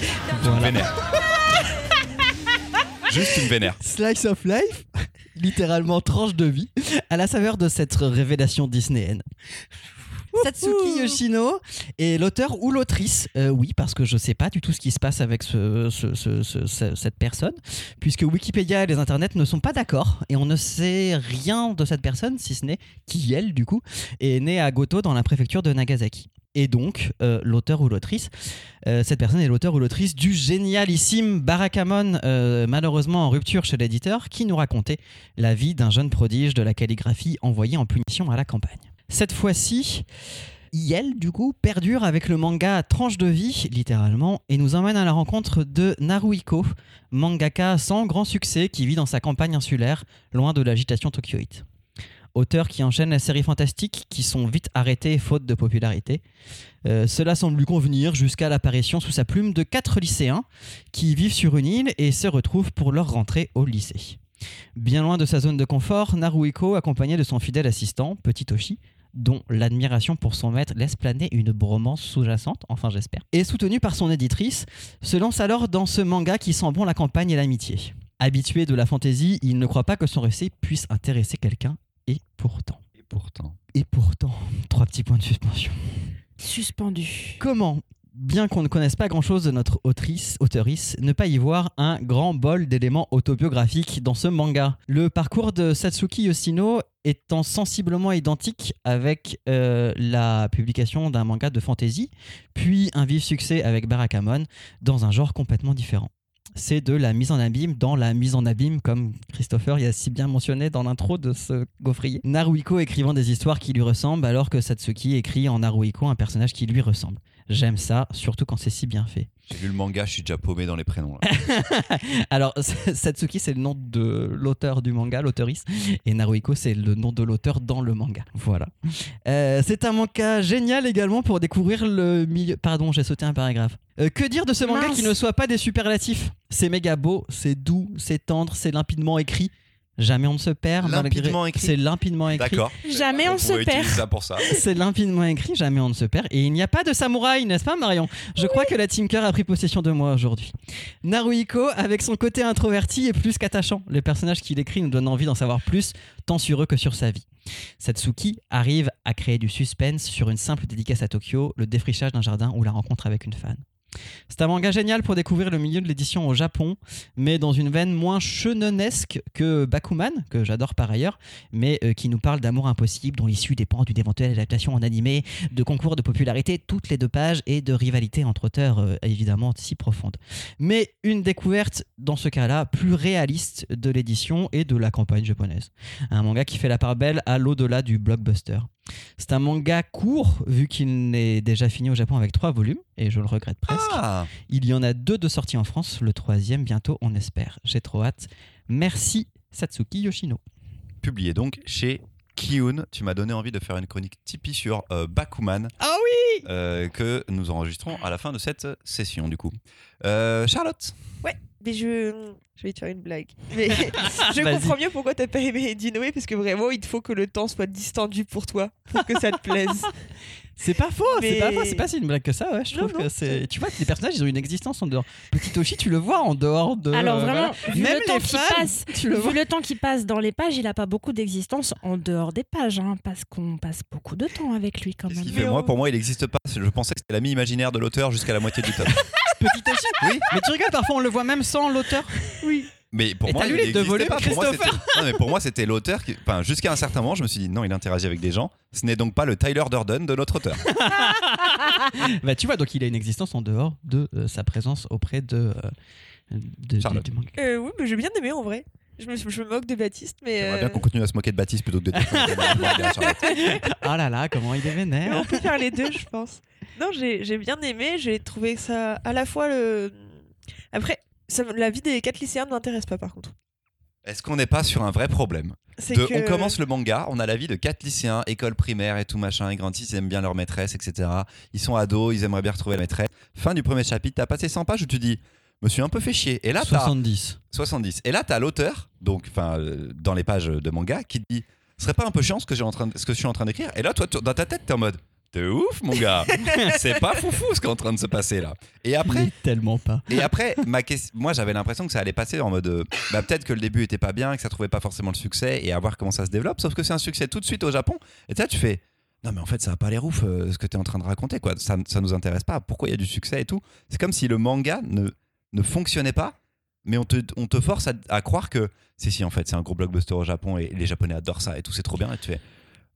une
Voilà.
vénère. Juste une vénère.
Slice of life, littéralement tranche de vie, à la saveur de cette révélation disneyenne. Satsuki Yoshino est l'auteur ou l'autrice, euh, oui, parce que je sais pas du tout ce qui se passe avec ce- ce- ce- ce- ce- cette personne, puisque Wikipédia et les internets ne sont pas d'accord, et on ne sait rien de cette personne, si ce n'est qui elle, du coup, est née à Goto dans la préfecture de Nagasaki. Et donc, euh, l'auteur ou l'autrice euh, cette personne est l'auteur ou l'autrice du génialissime Barakamon, euh, malheureusement en rupture chez l'éditeur, qui nous racontait la vie d'un jeune prodige de la calligraphie envoyé en punition à la campagne. Cette fois-ci, Yel, du coup, perdure avec le manga Tranche de vie, littéralement, et nous emmène à la rencontre de Naruhiko, mangaka sans grand succès qui vit dans sa campagne insulaire, loin de l'agitation tokyoïte. Auteur qui enchaîne les séries fantastiques qui sont vite arrêtées faute de popularité. Euh, cela semble lui convenir jusqu'à l'apparition sous sa plume de quatre lycéens qui vivent sur une île et se retrouvent pour leur rentrée au lycée. Bien loin de sa zone de confort, Naruhiko, accompagné de son fidèle assistant, Petit Toshi, dont l'admiration pour son maître laisse planer une bromance sous-jacente, enfin j'espère, et soutenu par son éditrice, se lance alors dans ce manga qui sent bon la campagne et l'amitié. Habitué de la fantaisie, il ne croit pas que son récit puisse intéresser quelqu'un, et pourtant.
Et pourtant.
Et pourtant, trois petits points de suspension
Suspendu.
comment, bien qu'on ne connaisse pas grand-chose de notre autrice, auteurice, ne pas y voir un grand bol d'éléments autobiographiques dans ce manga Le parcours de Satsuki Yoshino étant sensiblement identique avec euh, la publication d'un manga de fantasy, puis un vif succès avec Barakamon dans un genre complètement différent. C'est de la mise en abîme dans la mise en abîme, comme Christopher y a si bien mentionné dans l'intro de ce gaufrier. Naruhiko écrivant des histoires qui lui ressemblent, alors que Satsuki écrit en Naruhiko un personnage qui lui ressemble. J'aime ça, surtout quand c'est si bien fait.
J'ai lu le manga, je suis déjà paumé dans les prénoms. là.
Alors, Satsuki, c'est le nom de l'auteur du manga, l'auteuriste, et Naruhiko, c'est le nom de l'auteur dans le manga. Voilà. Euh, c'est un manga génial également pour découvrir le milieu. Pardon, j'ai sauté un paragraphe. Euh, que dire de ce manga
Mince.
qui ne soit pas des superlatifs C'est méga beau, c'est doux, c'est tendre, c'est limpidement écrit. Jamais on ne se perd. malgré-
Limpidement écrit.
C'est limpidement écrit.
D'accord.
Jamais on se
pouvait
perd.
utiliser ça pour ça.
C'est limpidement écrit, jamais on ne se perd. Et il n'y a pas de samouraï, n'est-ce pas, Marion Je crois que la Tinker a pris possession de moi aujourd'hui. Naruhiko, avec son côté introverti, est plus qu'attachant. Les personnages qu'il écrit nous donnent envie d'en savoir plus, tant sur eux que sur sa vie. Satsuki arrive à créer du suspense sur une simple dédicace à Tokyo, le défrichage d'un jardin ou la rencontre avec une fan. C'est un manga génial pour découvrir le milieu de l'édition au Japon, mais dans une veine moins shonenesque que Bakuman, que j'adore par ailleurs, mais euh, qui nous parle d'amour impossible dont l'issue dépend d'une éventuelle adaptation en animé, de concours de popularité toutes les deux pages et de rivalité entre auteurs euh, évidemment si profonde. Mais une découverte dans ce cas-là plus réaliste de l'édition et de la campagne japonaise. Un manga qui fait la part belle à l'au-delà du blockbuster. C'est un manga court vu qu'il n'est déjà fini au Japon avec trois volumes et je le regrette presque.
Ah,
Il y en a deux de sorties en France, le troisième bientôt on espère. J'ai trop hâte. Merci Satsuki Yoshino.
publié donc chez Kiun. Tu m'as donné envie de faire une chronique Tipeee sur euh, Bakuman.
Ah
oui Que nous enregistrons à la fin de cette session, du coup. Euh, Charlotte
Mais je... je vais te faire une blague. Mais je
Vas-y.
comprends mieux pourquoi t'as pas aimé Dinoé, parce que vraiment, il te faut que le temps soit distendu pour toi, pour que ça te plaise.
C'est pas faux, c'est
Mais-
pas faux, c'est pas si une blague que ça, ouais. Je
Non,
trouve
non.
que c'est. Tu vois, les personnages, ils ont une existence en dehors. Petit Toshi, tu le vois en dehors de.
Alors vraiment,
Euh, voilà.
vu
même
le temps
les
qui
fans,
passe,
tu le vois.
Vu le temps qui passe dans les pages, il a pas beaucoup d'existence en dehors des pages, hein, parce qu'on passe beaucoup de temps avec lui quand
Qu'est-ce
même.
qu'il fait
Mais
Moi,
on-
pour moi, il n'existe pas. Je pensais que c'était l'ami imaginaire de l'auteur jusqu'à la moitié du tome.
Petit Toshi, oui. Mais tu rigoles, parfois on le voit même sans l'auteur.
Oui.
Mais pour
Et
moi,
t'as
il
lu les deux
n'existait
volumes,
pas. Pour moi, c'était- non, mais pour moi, c'était l'auteur. qui- Enfin, jusqu'à un certain moment, je me suis dit non, il interagit avec des gens. Ce n'est donc pas le Tyler Durden de notre auteur.
Bah, tu vois, donc il a une existence en dehors de euh, sa présence auprès de, euh, de-
Charlotte.
du- du manga.
Euh, oui, mais j'ai bien aimé en vrai. Je me, je me moque de Baptiste, mais.
J'aimerais
euh,
bien qu'on continue à se moquer de Baptiste plutôt que de. dire-
Ah là là, comment il est
mais
vénère.
hein.
on peut faire les deux, je pense. Non, j'ai j'ai bien aimé. J'ai trouvé ça à la fois le. Après, ça- la vie des quatre lycéens ne m'intéresse pas par contre.
Est-ce qu'on n'est pas sur un vrai problème
C'est
De-
que-
On commence le manga, on a la vie de quatre lycéens, école primaire et tout machin, ils grandissent, ils aiment bien leur maîtresse, etc. Ils sont ados, ils aimeraient bien retrouver la maîtresse. Fin du premier chapitre, t'as passé 100 pages où tu dis, me suis un peu fait chier. Et là, t'as
70.
70. Et là, t'as l'auteur, donc, enfin, euh, dans les pages de manga, qui te dit, ce serait pas un peu chiant ce que, j'ai en train de- ce que je suis en train d'écrire Et là, toi, tu- dans ta tête, t'es en mode, t'es ouf, mon gars, c'est pas foufou ce qui est en train de se passer là. Et après,
Mais tellement pas.
et après, ma ques- moi j'avais l'impression que ça allait passer en mode euh, bah, peut-être que le début était pas bien, que ça trouvait pas forcément le succès et à voir comment ça se développe. Sauf que c'est un succès tout de suite au Japon. Et là, tu fais non, mais en fait, ça a pas l'air ouf euh, ce que tu es en train de raconter, quoi. Ça, ça nous intéresse pas. Pourquoi il y a du succès et tout C'est comme si le manga ne, ne fonctionnait pas, mais on te, on te force à, à croire que si, si, en fait, c'est un gros blockbuster au Japon et les Japonais adorent ça et tout, c'est trop bien. Et tu fais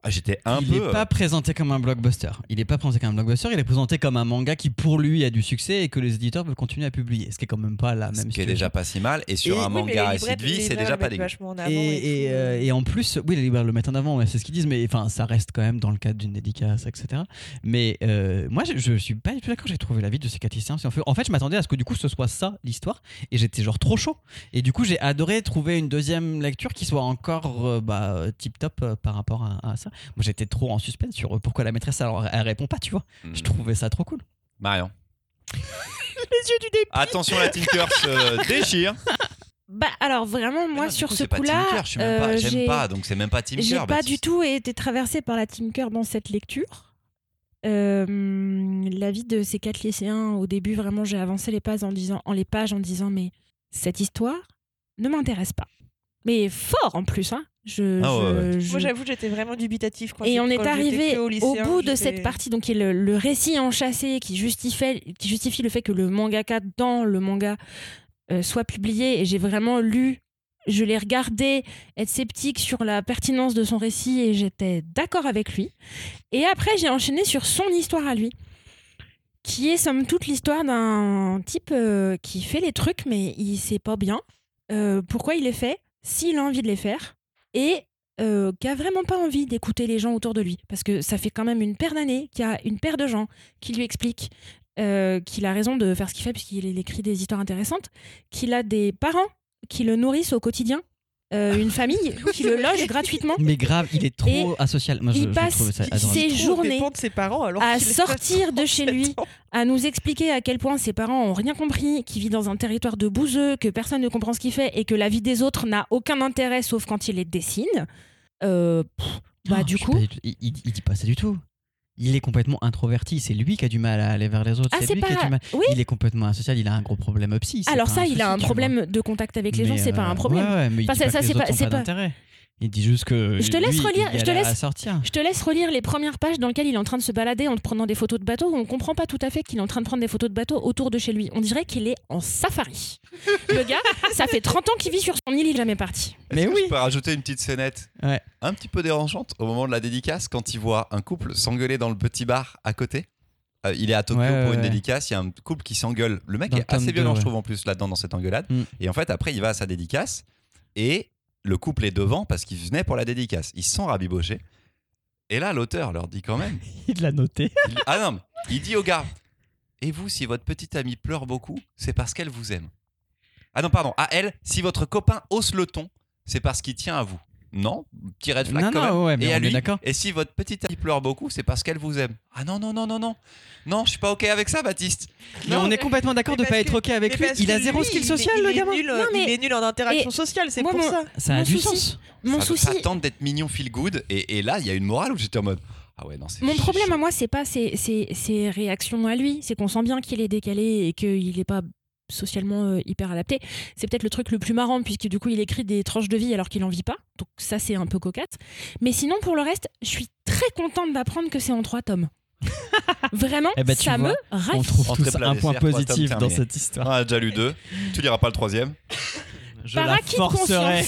ah, j'étais un
il
peu.
n'est
euh,
pas présenté comme un blockbuster. Il n'est pas présenté comme un blockbuster, il est présenté comme un manga qui pour lui a du succès et que les éditeurs veulent continuer à publier. Ce qui est quand même pas la
ce
même
qui est
situation.
déjà pas si mal, et sur
Oui,
un
mais les
manga
libraires-
à de vie,
les
c'est
libraires
déjà
le
pas
mettent
dégueu.
vachement en avant
Et, et,
tout.
euh, et en plus, oui, les libraires le mettent en avant, ouais, c'est ce qu'ils disent, mais enfin, ça reste quand même dans le cadre d'une dédicace, etc. Mais euh, moi, je, je suis pas du tout d'accord, j'ai trouvé la vie de ces catéchins. En fait, en fait, je m'attendais à ce que du coup ce soit ça l'histoire, et j'étais genre trop chaud. Et du coup, j'ai adoré trouver une deuxième lecture qui soit encore euh, tip top euh, par rapport à, à ça. Moi, j'étais trop en suspense sur euh, pourquoi la maîtresse elle, elle répond pas, tu vois. Je trouvais ça trop cool.
Hmm. Marion.
Les yeux du dé.
Attention, la Tinker
euh,
se déchire.
Bah alors vraiment moi
Ah Non, du
sur
coup,
ce
c'est pas
coup-là,
Tinker, je suis même pas-
euh,
j'aime
j'ai-
pas, donc c'est même pas Bah, Tinker.
j'ai pas du
Baptiste.
tout été traversée par la Tinker dans cette lecture. Euh, la vie de ces quatre lycéens, au début vraiment j'ai avancé les pages en disant, en les pages en disant mais cette histoire ne m'intéresse pas. Mais fort en plus hein. Je,
Ah ouais,
je- je-
Moi, j'avoue, j'étais vraiment dubitatif quand
Et
j'ai-
on
quand
est
j'étais
arrivé
que
au,
lycéen,
bout de
j'étais-
cette partie, donc qui est le, le récit enchâssé qui justifie, qui justifie le fait que le mangaka dans le manga euh, soit publié. Et j'ai vraiment lu, je l'ai regardé, être sceptique sur la pertinence de son récit et j'étais d'accord avec lui. Et après, j'ai enchaîné sur son histoire à lui, qui est somme toute l'histoire d'un type euh, qui fait les trucs, mais il sait pas bien euh, pourquoi il les fait, s'il a envie de les faire. Et euh, qui a vraiment pas envie d'écouter les gens autour de lui. Parce que ça fait quand même une paire d'années qu'il y a une paire de gens qui lui expliquent euh, qu'il a raison de faire ce qu'il fait, puisqu'il il écrit des histoires intéressantes, qu'il a des parents qui le nourrissent au quotidien, euh, une famille qui le loge gratuitement.
Mais grave, il est trop asocial. Moi, je,
il
je
passe-
trouvais ça
il-
adorable.
c'est-
Il se trouve
journées
dépend de ses parents alors
à
qu'il est
sortir de chez lui.
37 ans.
à nous expliquer à quel point ses parents ont rien compris, qu'il vit dans un territoire de bouseux, que personne ne comprend ce qu'il fait et que la vie des autres n'a aucun intérêt sauf quand il les dessine. Euh, pff, bah
Oh,
du
je suis
coup,
pas tout- il, il- il dit pas ça du tout. Il est complètement introverti, c'est lui qui a du mal à aller vers les autres.
ah
c'est
c'est
lui qui a
pas,
du mal.
oui.
Il est complètement asocial, il a un gros problème psy. c'est
Alors
pas
ça, il a
souci,
un
tu vois.
problème de contact avec les gens,
Mais,
c'est pas
euh,
un problème.
ouais, ouais, mais il
Enfin,
dit
ça-
pas
ça,
que les
c'est
autres
pas-
ont
c'est
pas
pas-
d'intérêt. Il dit juste que.
Je te laisse
lui, il
relire,
galère
je te laisse-
À sortir.
Je te laisse relire les premières pages dans lesquelles il est en train de se balader en te prenant des photos de bateaux. On comprend pas tout à fait qu'il est en train de prendre des photos de bateaux autour de chez lui. On dirait qu'il est en safari. Le gars, ça fait 30 ans qu'il vit sur son île, il est jamais parti.
Est-ce
Mais
que
oui.
Je peux rajouter une petite scénette
Ouais.
un petit peu dérangeante au moment de la dédicace quand il voit un couple s'engueuler dans le petit bar à côté. Euh, il est à Tokyo
Ouais, ouais,
pour une
ouais.
dédicace, il y a un couple qui s'engueule. Le mec
Dans le
est
tome
assez violent,
deux,
je
ouais.
trouve, en plus, là-dedans, dans cette engueulade.
Mm.
Et en fait, après, il va à sa dédicace et le couple est devant parce qu'il venait pour la dédicace. Ils se sont rabibochés. Et là, l'auteur leur dit quand même
Il l'a noté.
il- Ah non, mais il dit au gars Et vous, si votre petite amie pleure beaucoup, c'est parce qu'elle vous aime. Ah non, pardon, à elle, si votre copain hausse le ton, c'est parce qu'il tient à vous. Non, petit red flag
Non,
quand
non,
même.
ouais, mais
et
on
à
est
lui,
d'accord.
et si votre petite amie pleure beaucoup, c'est parce qu'elle vous aime. Ah non, non, non, non, non. Non, je suis pas OK avec ça, Baptiste.
Mais
Non,
on est complètement d'accord de
mais
pas
parce
être
que-
ok avec
ben, Mais
lui.
parce
Il
que
a zéro
lui,
skill
il-
social,
il
le
est
gamin.
nul,
Non,
Il
mais-
est nul en interaction sociale, c'est
Moi,
pour
mon-
ça.
Ça a
Mon
du
souci-
sens.
Mon
ça,
souci,
Ah, ça tente d'être mignon, feel good. Et, et là, il y a une morale où j'étais en mode Ah ouais, non, c'est
Mon
c'est
problème
chaud.
à moi, c'est pas ses, ses- ses réactions à lui. C'est qu'on sent bien qu'il est décalé et qu'il n'est pas socialement euh, hyper adapté. C'est peut-être le truc le plus marrant, puisque du coup, il écrit des tranches de vie alors qu'il n'en vit pas. Donc, ça, c'est un peu cocasse. Mais sinon, pour le reste, je suis très contente d'apprendre que c'est en trois tomes. Vraiment,
Eh ben, tu
ça
vois,
me
On
ravit.
trouve
Entrée
tous
plat
un
dessert,
point
trois tomes
positif dans
terminés.
cette histoire.
Ah, déjà lu deux. Tu liras pas le troisième.
Je
Par
la
acquis de
forcerai.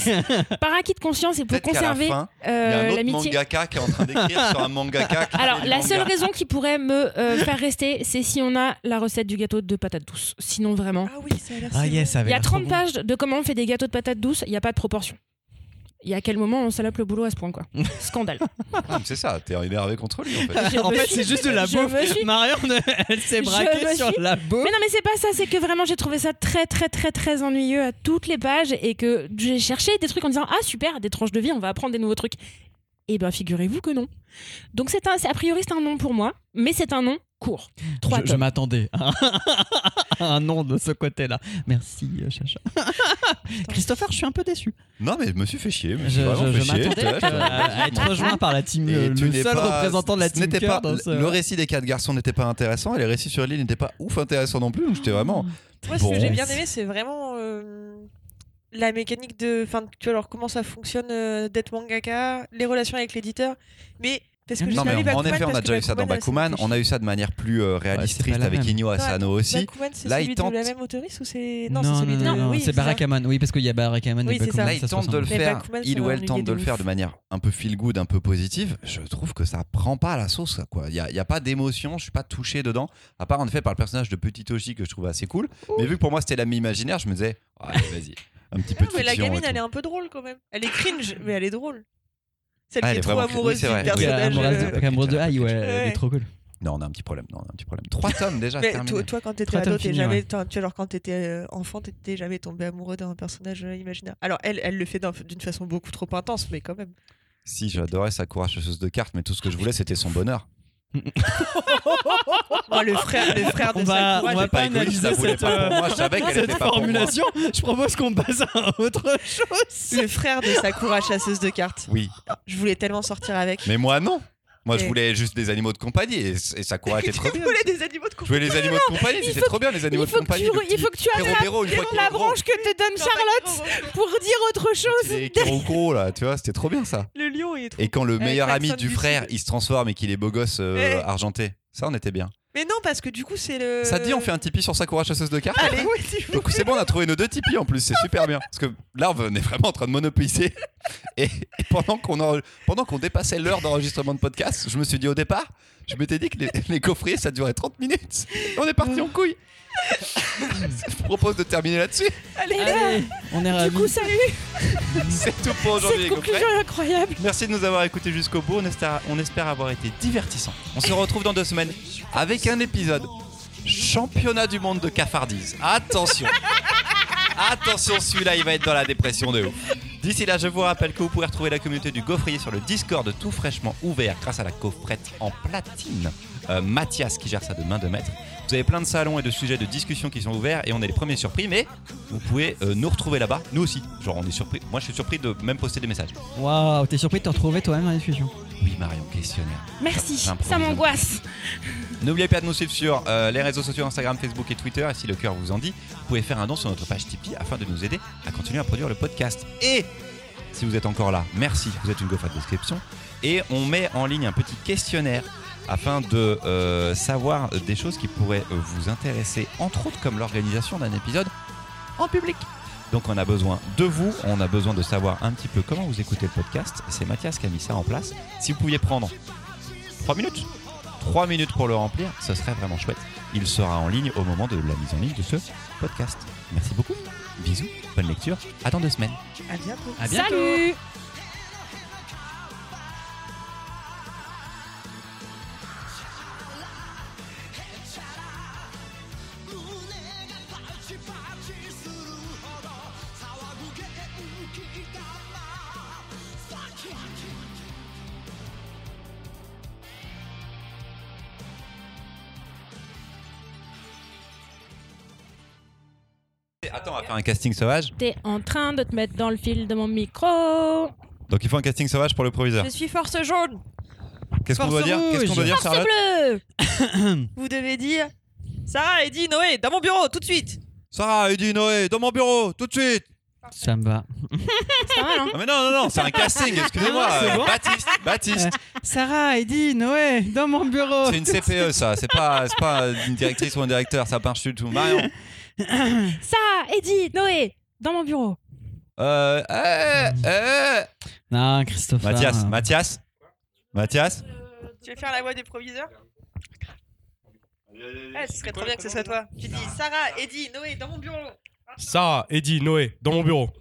Par acquis de conscience et pour
Peut-être qu'à la
conserver
fin, il y a
euh,
un autre
l'amitié.
mangaka qui est en train d'écrire sur un mangaka. qui fait
Alors,
du
la
manga.
seule raison qui pourrait me euh, faire rester, c'est si on a la recette du gâteau de patates douces. Sinon, vraiment.
Ah oui, ça a l'air
ah
si
yes,
bon.
ça
Il
avait
y a
l'air trop
30
bon.
pages de comment on fait des gâteaux de patates douces, il n'y a pas de proportion. Il y a quel moment on salope le boulot à ce point, quoi. Scandale.
Ah, mais C'est ça, t'es énervé contre lui en fait.
Je
en
me
fait,
suis-
c'est juste de la
je
bouffe.
me suis-
Marion, elle s'est
Je
braquée
me
sur
suis-
la bouffe.
Mais non, mais c'est pas ça, c'est que vraiment j'ai trouvé ça très, très, très, très ennuyeux à toutes les pages et que j'ai cherché des trucs en disant Ah, super, des tranches de vie, on va apprendre des nouveaux trucs. Eh ben, figurez-vous que non. Donc, c'est un, c'est- a priori, c'est un nom pour moi, mais c'est un nom court. Trois
je je
tomes.
m'attendais à un nom de ce côté-là. Merci, euh, Chacha. Christopher, je suis un peu déçu.
Non, mais je me suis fait chier. Je, me
Je,
suis vraiment
je-
fait
je
chier.
m'attendais
T'es là,
à, à être rejoint par la team,
Et
euh,
tu
le
n'es
seul
pas-
représentant de la
ce
team
n'était
cœur
pas-
dans ce-
Le récit des quatre garçons n'était pas intéressant et les récits sur l'île n'étaient pas ouf intéressants non plus. Donc j'étais vraiment.
Ah.
Moi, ce
Bon.
que j'ai bien aimé, c'est vraiment euh, la mécanique de. Enfin, tu vois, alors comment ça fonctionne euh, d'être mangaka, les relations avec l'éditeur. Mais. Parce que je
Non,
suis
mais
allée
en, en
Bakuman
effet, on a
parce
déjà
que
eu ça dans Bakuman. On a eu ça de manière plus euh, réaliste,
Ouais, c'est pas
triste
la
avec
même.
Inyo Asano aussi.
Bakuman, c'est
Là, il
celui
tente-
de la même autrice ou c'est.
Non,
c'est
non,
celui de-
non, non,
oui,
c'est
ça.
Barakaman. Oui, parce qu'il y a Barakaman
Oui,
et
c'est
Bakuman.
ça.
Là, il
ça se
tente de le
ressemble.
Mais
faire,
Bakuman, ça
il
va
ou elle
ennuyer
tente de
de
le
ouf.
faire de manière un peu feel good, un peu positive. Je trouve que ça prend pas la sauce, quoi. Il n'y a, il y a pas d'émotion, je suis pas touché dedans. À part en effet par le personnage de Petit Toshi que je trouvais assez cool. Mais vu que pour moi c'était l'ami imaginaire, je me disais, Ouais, vas-y, un petit peu
Non,
de
Ah, mais
fiction
la
et
gamine,
tout.
elle est un peu drôle quand même. Elle est cringe, mais elle est drôle. Celle
Ah,
qui
elle
est
est
trop
vraiment cringe.
amoureuse
Oui, c'est
du
vrai.
Oui,
personnage,
amoureuse
personnage.
euh,
de- amoureuse de Haï, ouais, elle est
Ouais.
trop cool.
Non, on a un petit problème. Non, on a un petit problème. Trois tomes déjà.
Mais
terminés.
toi, toi, quand t'étais
Trois tomes
ado, t'es
finis,
jamais,
ouais.
t'as- tu vois, alors quand t'étais euh, enfant, t'étais jamais tombé amoureux d'un personnage euh, imaginaire. Alors elle, elle le fait d'un- d'une façon beaucoup trop intense, mais quand même.
Si, j'adorais sa courage chasseuse de cartes, mais tout ce que je voulais, c'était son bonheur.
Oh, le frère, le frère de
On va-
Sakura,
on va
j'ai-
Pas
pas
égoïste,
analyser
ça voulait
cette, euh,
pas pour moi. Je savais qu'elle
Cette
était pas pour moi.
formulation, je propose qu'on passe à autre chose.
le frère de Sakura chasseuse de cartes.
Oui,
Je voulais tellement sortir avec.
mais moi non. Moi, je
Et-
voulais juste des animaux de compagnie et, et Sakura était Ah, trop
Tu
bien.
voulais des animaux de
Je
compagnie.
voulais les animaux de compagnie,
il
c'était
faut
trop bien les
Il
animaux
faut,
de
que
compagnie.
tu,
le
il faut
petit
que tu arrêtes
Perobero, une fois qu'il
la
est gros.
branche que te donne
Quand
Charlotte pour dire autre chose.
C'est Kiroko là, tu vois, c'était trop bien ça.
Le lion, il est trop.
Et quand le
Avec
meilleur ami
Maxon
du
du
frère,
Sud.
il se transforme et qu'il est beau gosse euh,
Eh.
argenté. Ça, on était bien.
Mais non, parce que du coup, c'est le.
Ça te dit, on fait un Tipeee sur Sakura chasseuse de cartes
Euh. Allez, oui, si vous
Donc c'est bon, on a trouvé nos deux Tipeee en plus, c'est super bien. Parce que là, on est vraiment en train de monopoliser. Et, et pendant qu'on en- pendant qu'on dépassait l'heure d'enregistrement de podcast, je me suis dit au départ, je m'étais dit que les, les coffrets, ça durait 30 minutes. Et on est parti en couille. je vous propose de terminer là-dessus.
Allez, on
Ah,
est
Du
ravis.
coup, salut,
C'est tout pour aujourd'hui, les
cette
coffrets.
conclusion est incroyable.
Merci de nous avoir écoutés jusqu'au bout. On espère, on espère avoir été divertissants. On se retrouve dans deux semaines avec un épisode championnat du monde de cafardise. Attention Attention, celui-là, il va être dans la dépression de ouf. D'ici là, je vous rappelle que vous pouvez retrouver la communauté du gaufrier sur le Discord tout fraîchement ouvert grâce à la coffrette en platine. Euh, Mathias qui gère ça de main de maître. Vous avez plein de salons et de sujets de discussion qui sont ouverts et on est les premiers surpris, mais vous pouvez euh, nous retrouver là-bas, nous aussi. Genre, on est surpris. Moi, je suis surpris de même poster des messages.
Waouh, t'es surpris de te retrouver toi-même hein, dans la discussion.
Oui, Marion, questionnaire.
Merci, ça
Improvisable.
m'angoisse.
N'oubliez pas de nous suivre sur euh, les réseaux sociaux Instagram, Facebook et Twitter. Et si le cœur vous en dit, vous pouvez faire un don sur notre page Tipeee afin de nous aider à continuer à produire le podcast. Et si vous êtes encore là, merci, vous êtes une gaufre de description. Et on met en ligne un petit questionnaire afin de euh, savoir des choses qui pourraient euh, vous intéresser, entre autres comme l'organisation d'un épisode en public. Donc on a besoin de vous, on a besoin de savoir un petit peu comment vous écoutez le podcast. C'est Mathias qui a mis ça en place. Si vous pouviez prendre 3 minutes, 3 minutes pour le remplir, ce serait vraiment chouette. Il sera en ligne au moment de la mise en ligne de ce podcast. Merci beaucoup. Bisous, bonne lecture, à dans deux semaines.
À bientôt.
À bientôt.
Salut
Attends, on va faire un casting sauvage.
T'es en train de te mettre dans le fil de mon micro.
Donc il faut un casting sauvage pour le proviseur.
Je suis force jaune.
Qu'est-ce qu'on doit
Force
dire Qu'est-ce qu'on doit
rouge.
dire, Charlotte
Bleu
Vous devez dire. Sarah, Eddie, Noé, dans mon bureau, tout de suite.
Sarah, Eddie, Noé, dans mon bureau, tout de suite.
Ça me va.
C'est pas mal, hein
Non mais non, non, non, c'est un casting. Excusez-moi,
Non, Ah, c'est
euh,
bon.
Baptiste, Baptiste.
Sarah, Eddie, Noé, dans mon bureau.
C'est une CPE ça. C'est pas, c'est pas une directrice ou un directeur. Ça marche du tout. Marion.
Ça, Eddie, Noé, dans mon bureau.
Euh, euh, euh.
Non, Christopher.
Mathias, Mathias, Mathias.
Tu veux faire la voix des proviseurs Eh, Ce serait trop bien que ce soit toi. Tu dis Sarah, Eddie, Noé, dans mon bureau.
Sarah, Eddie, Noé, dans mon bureau.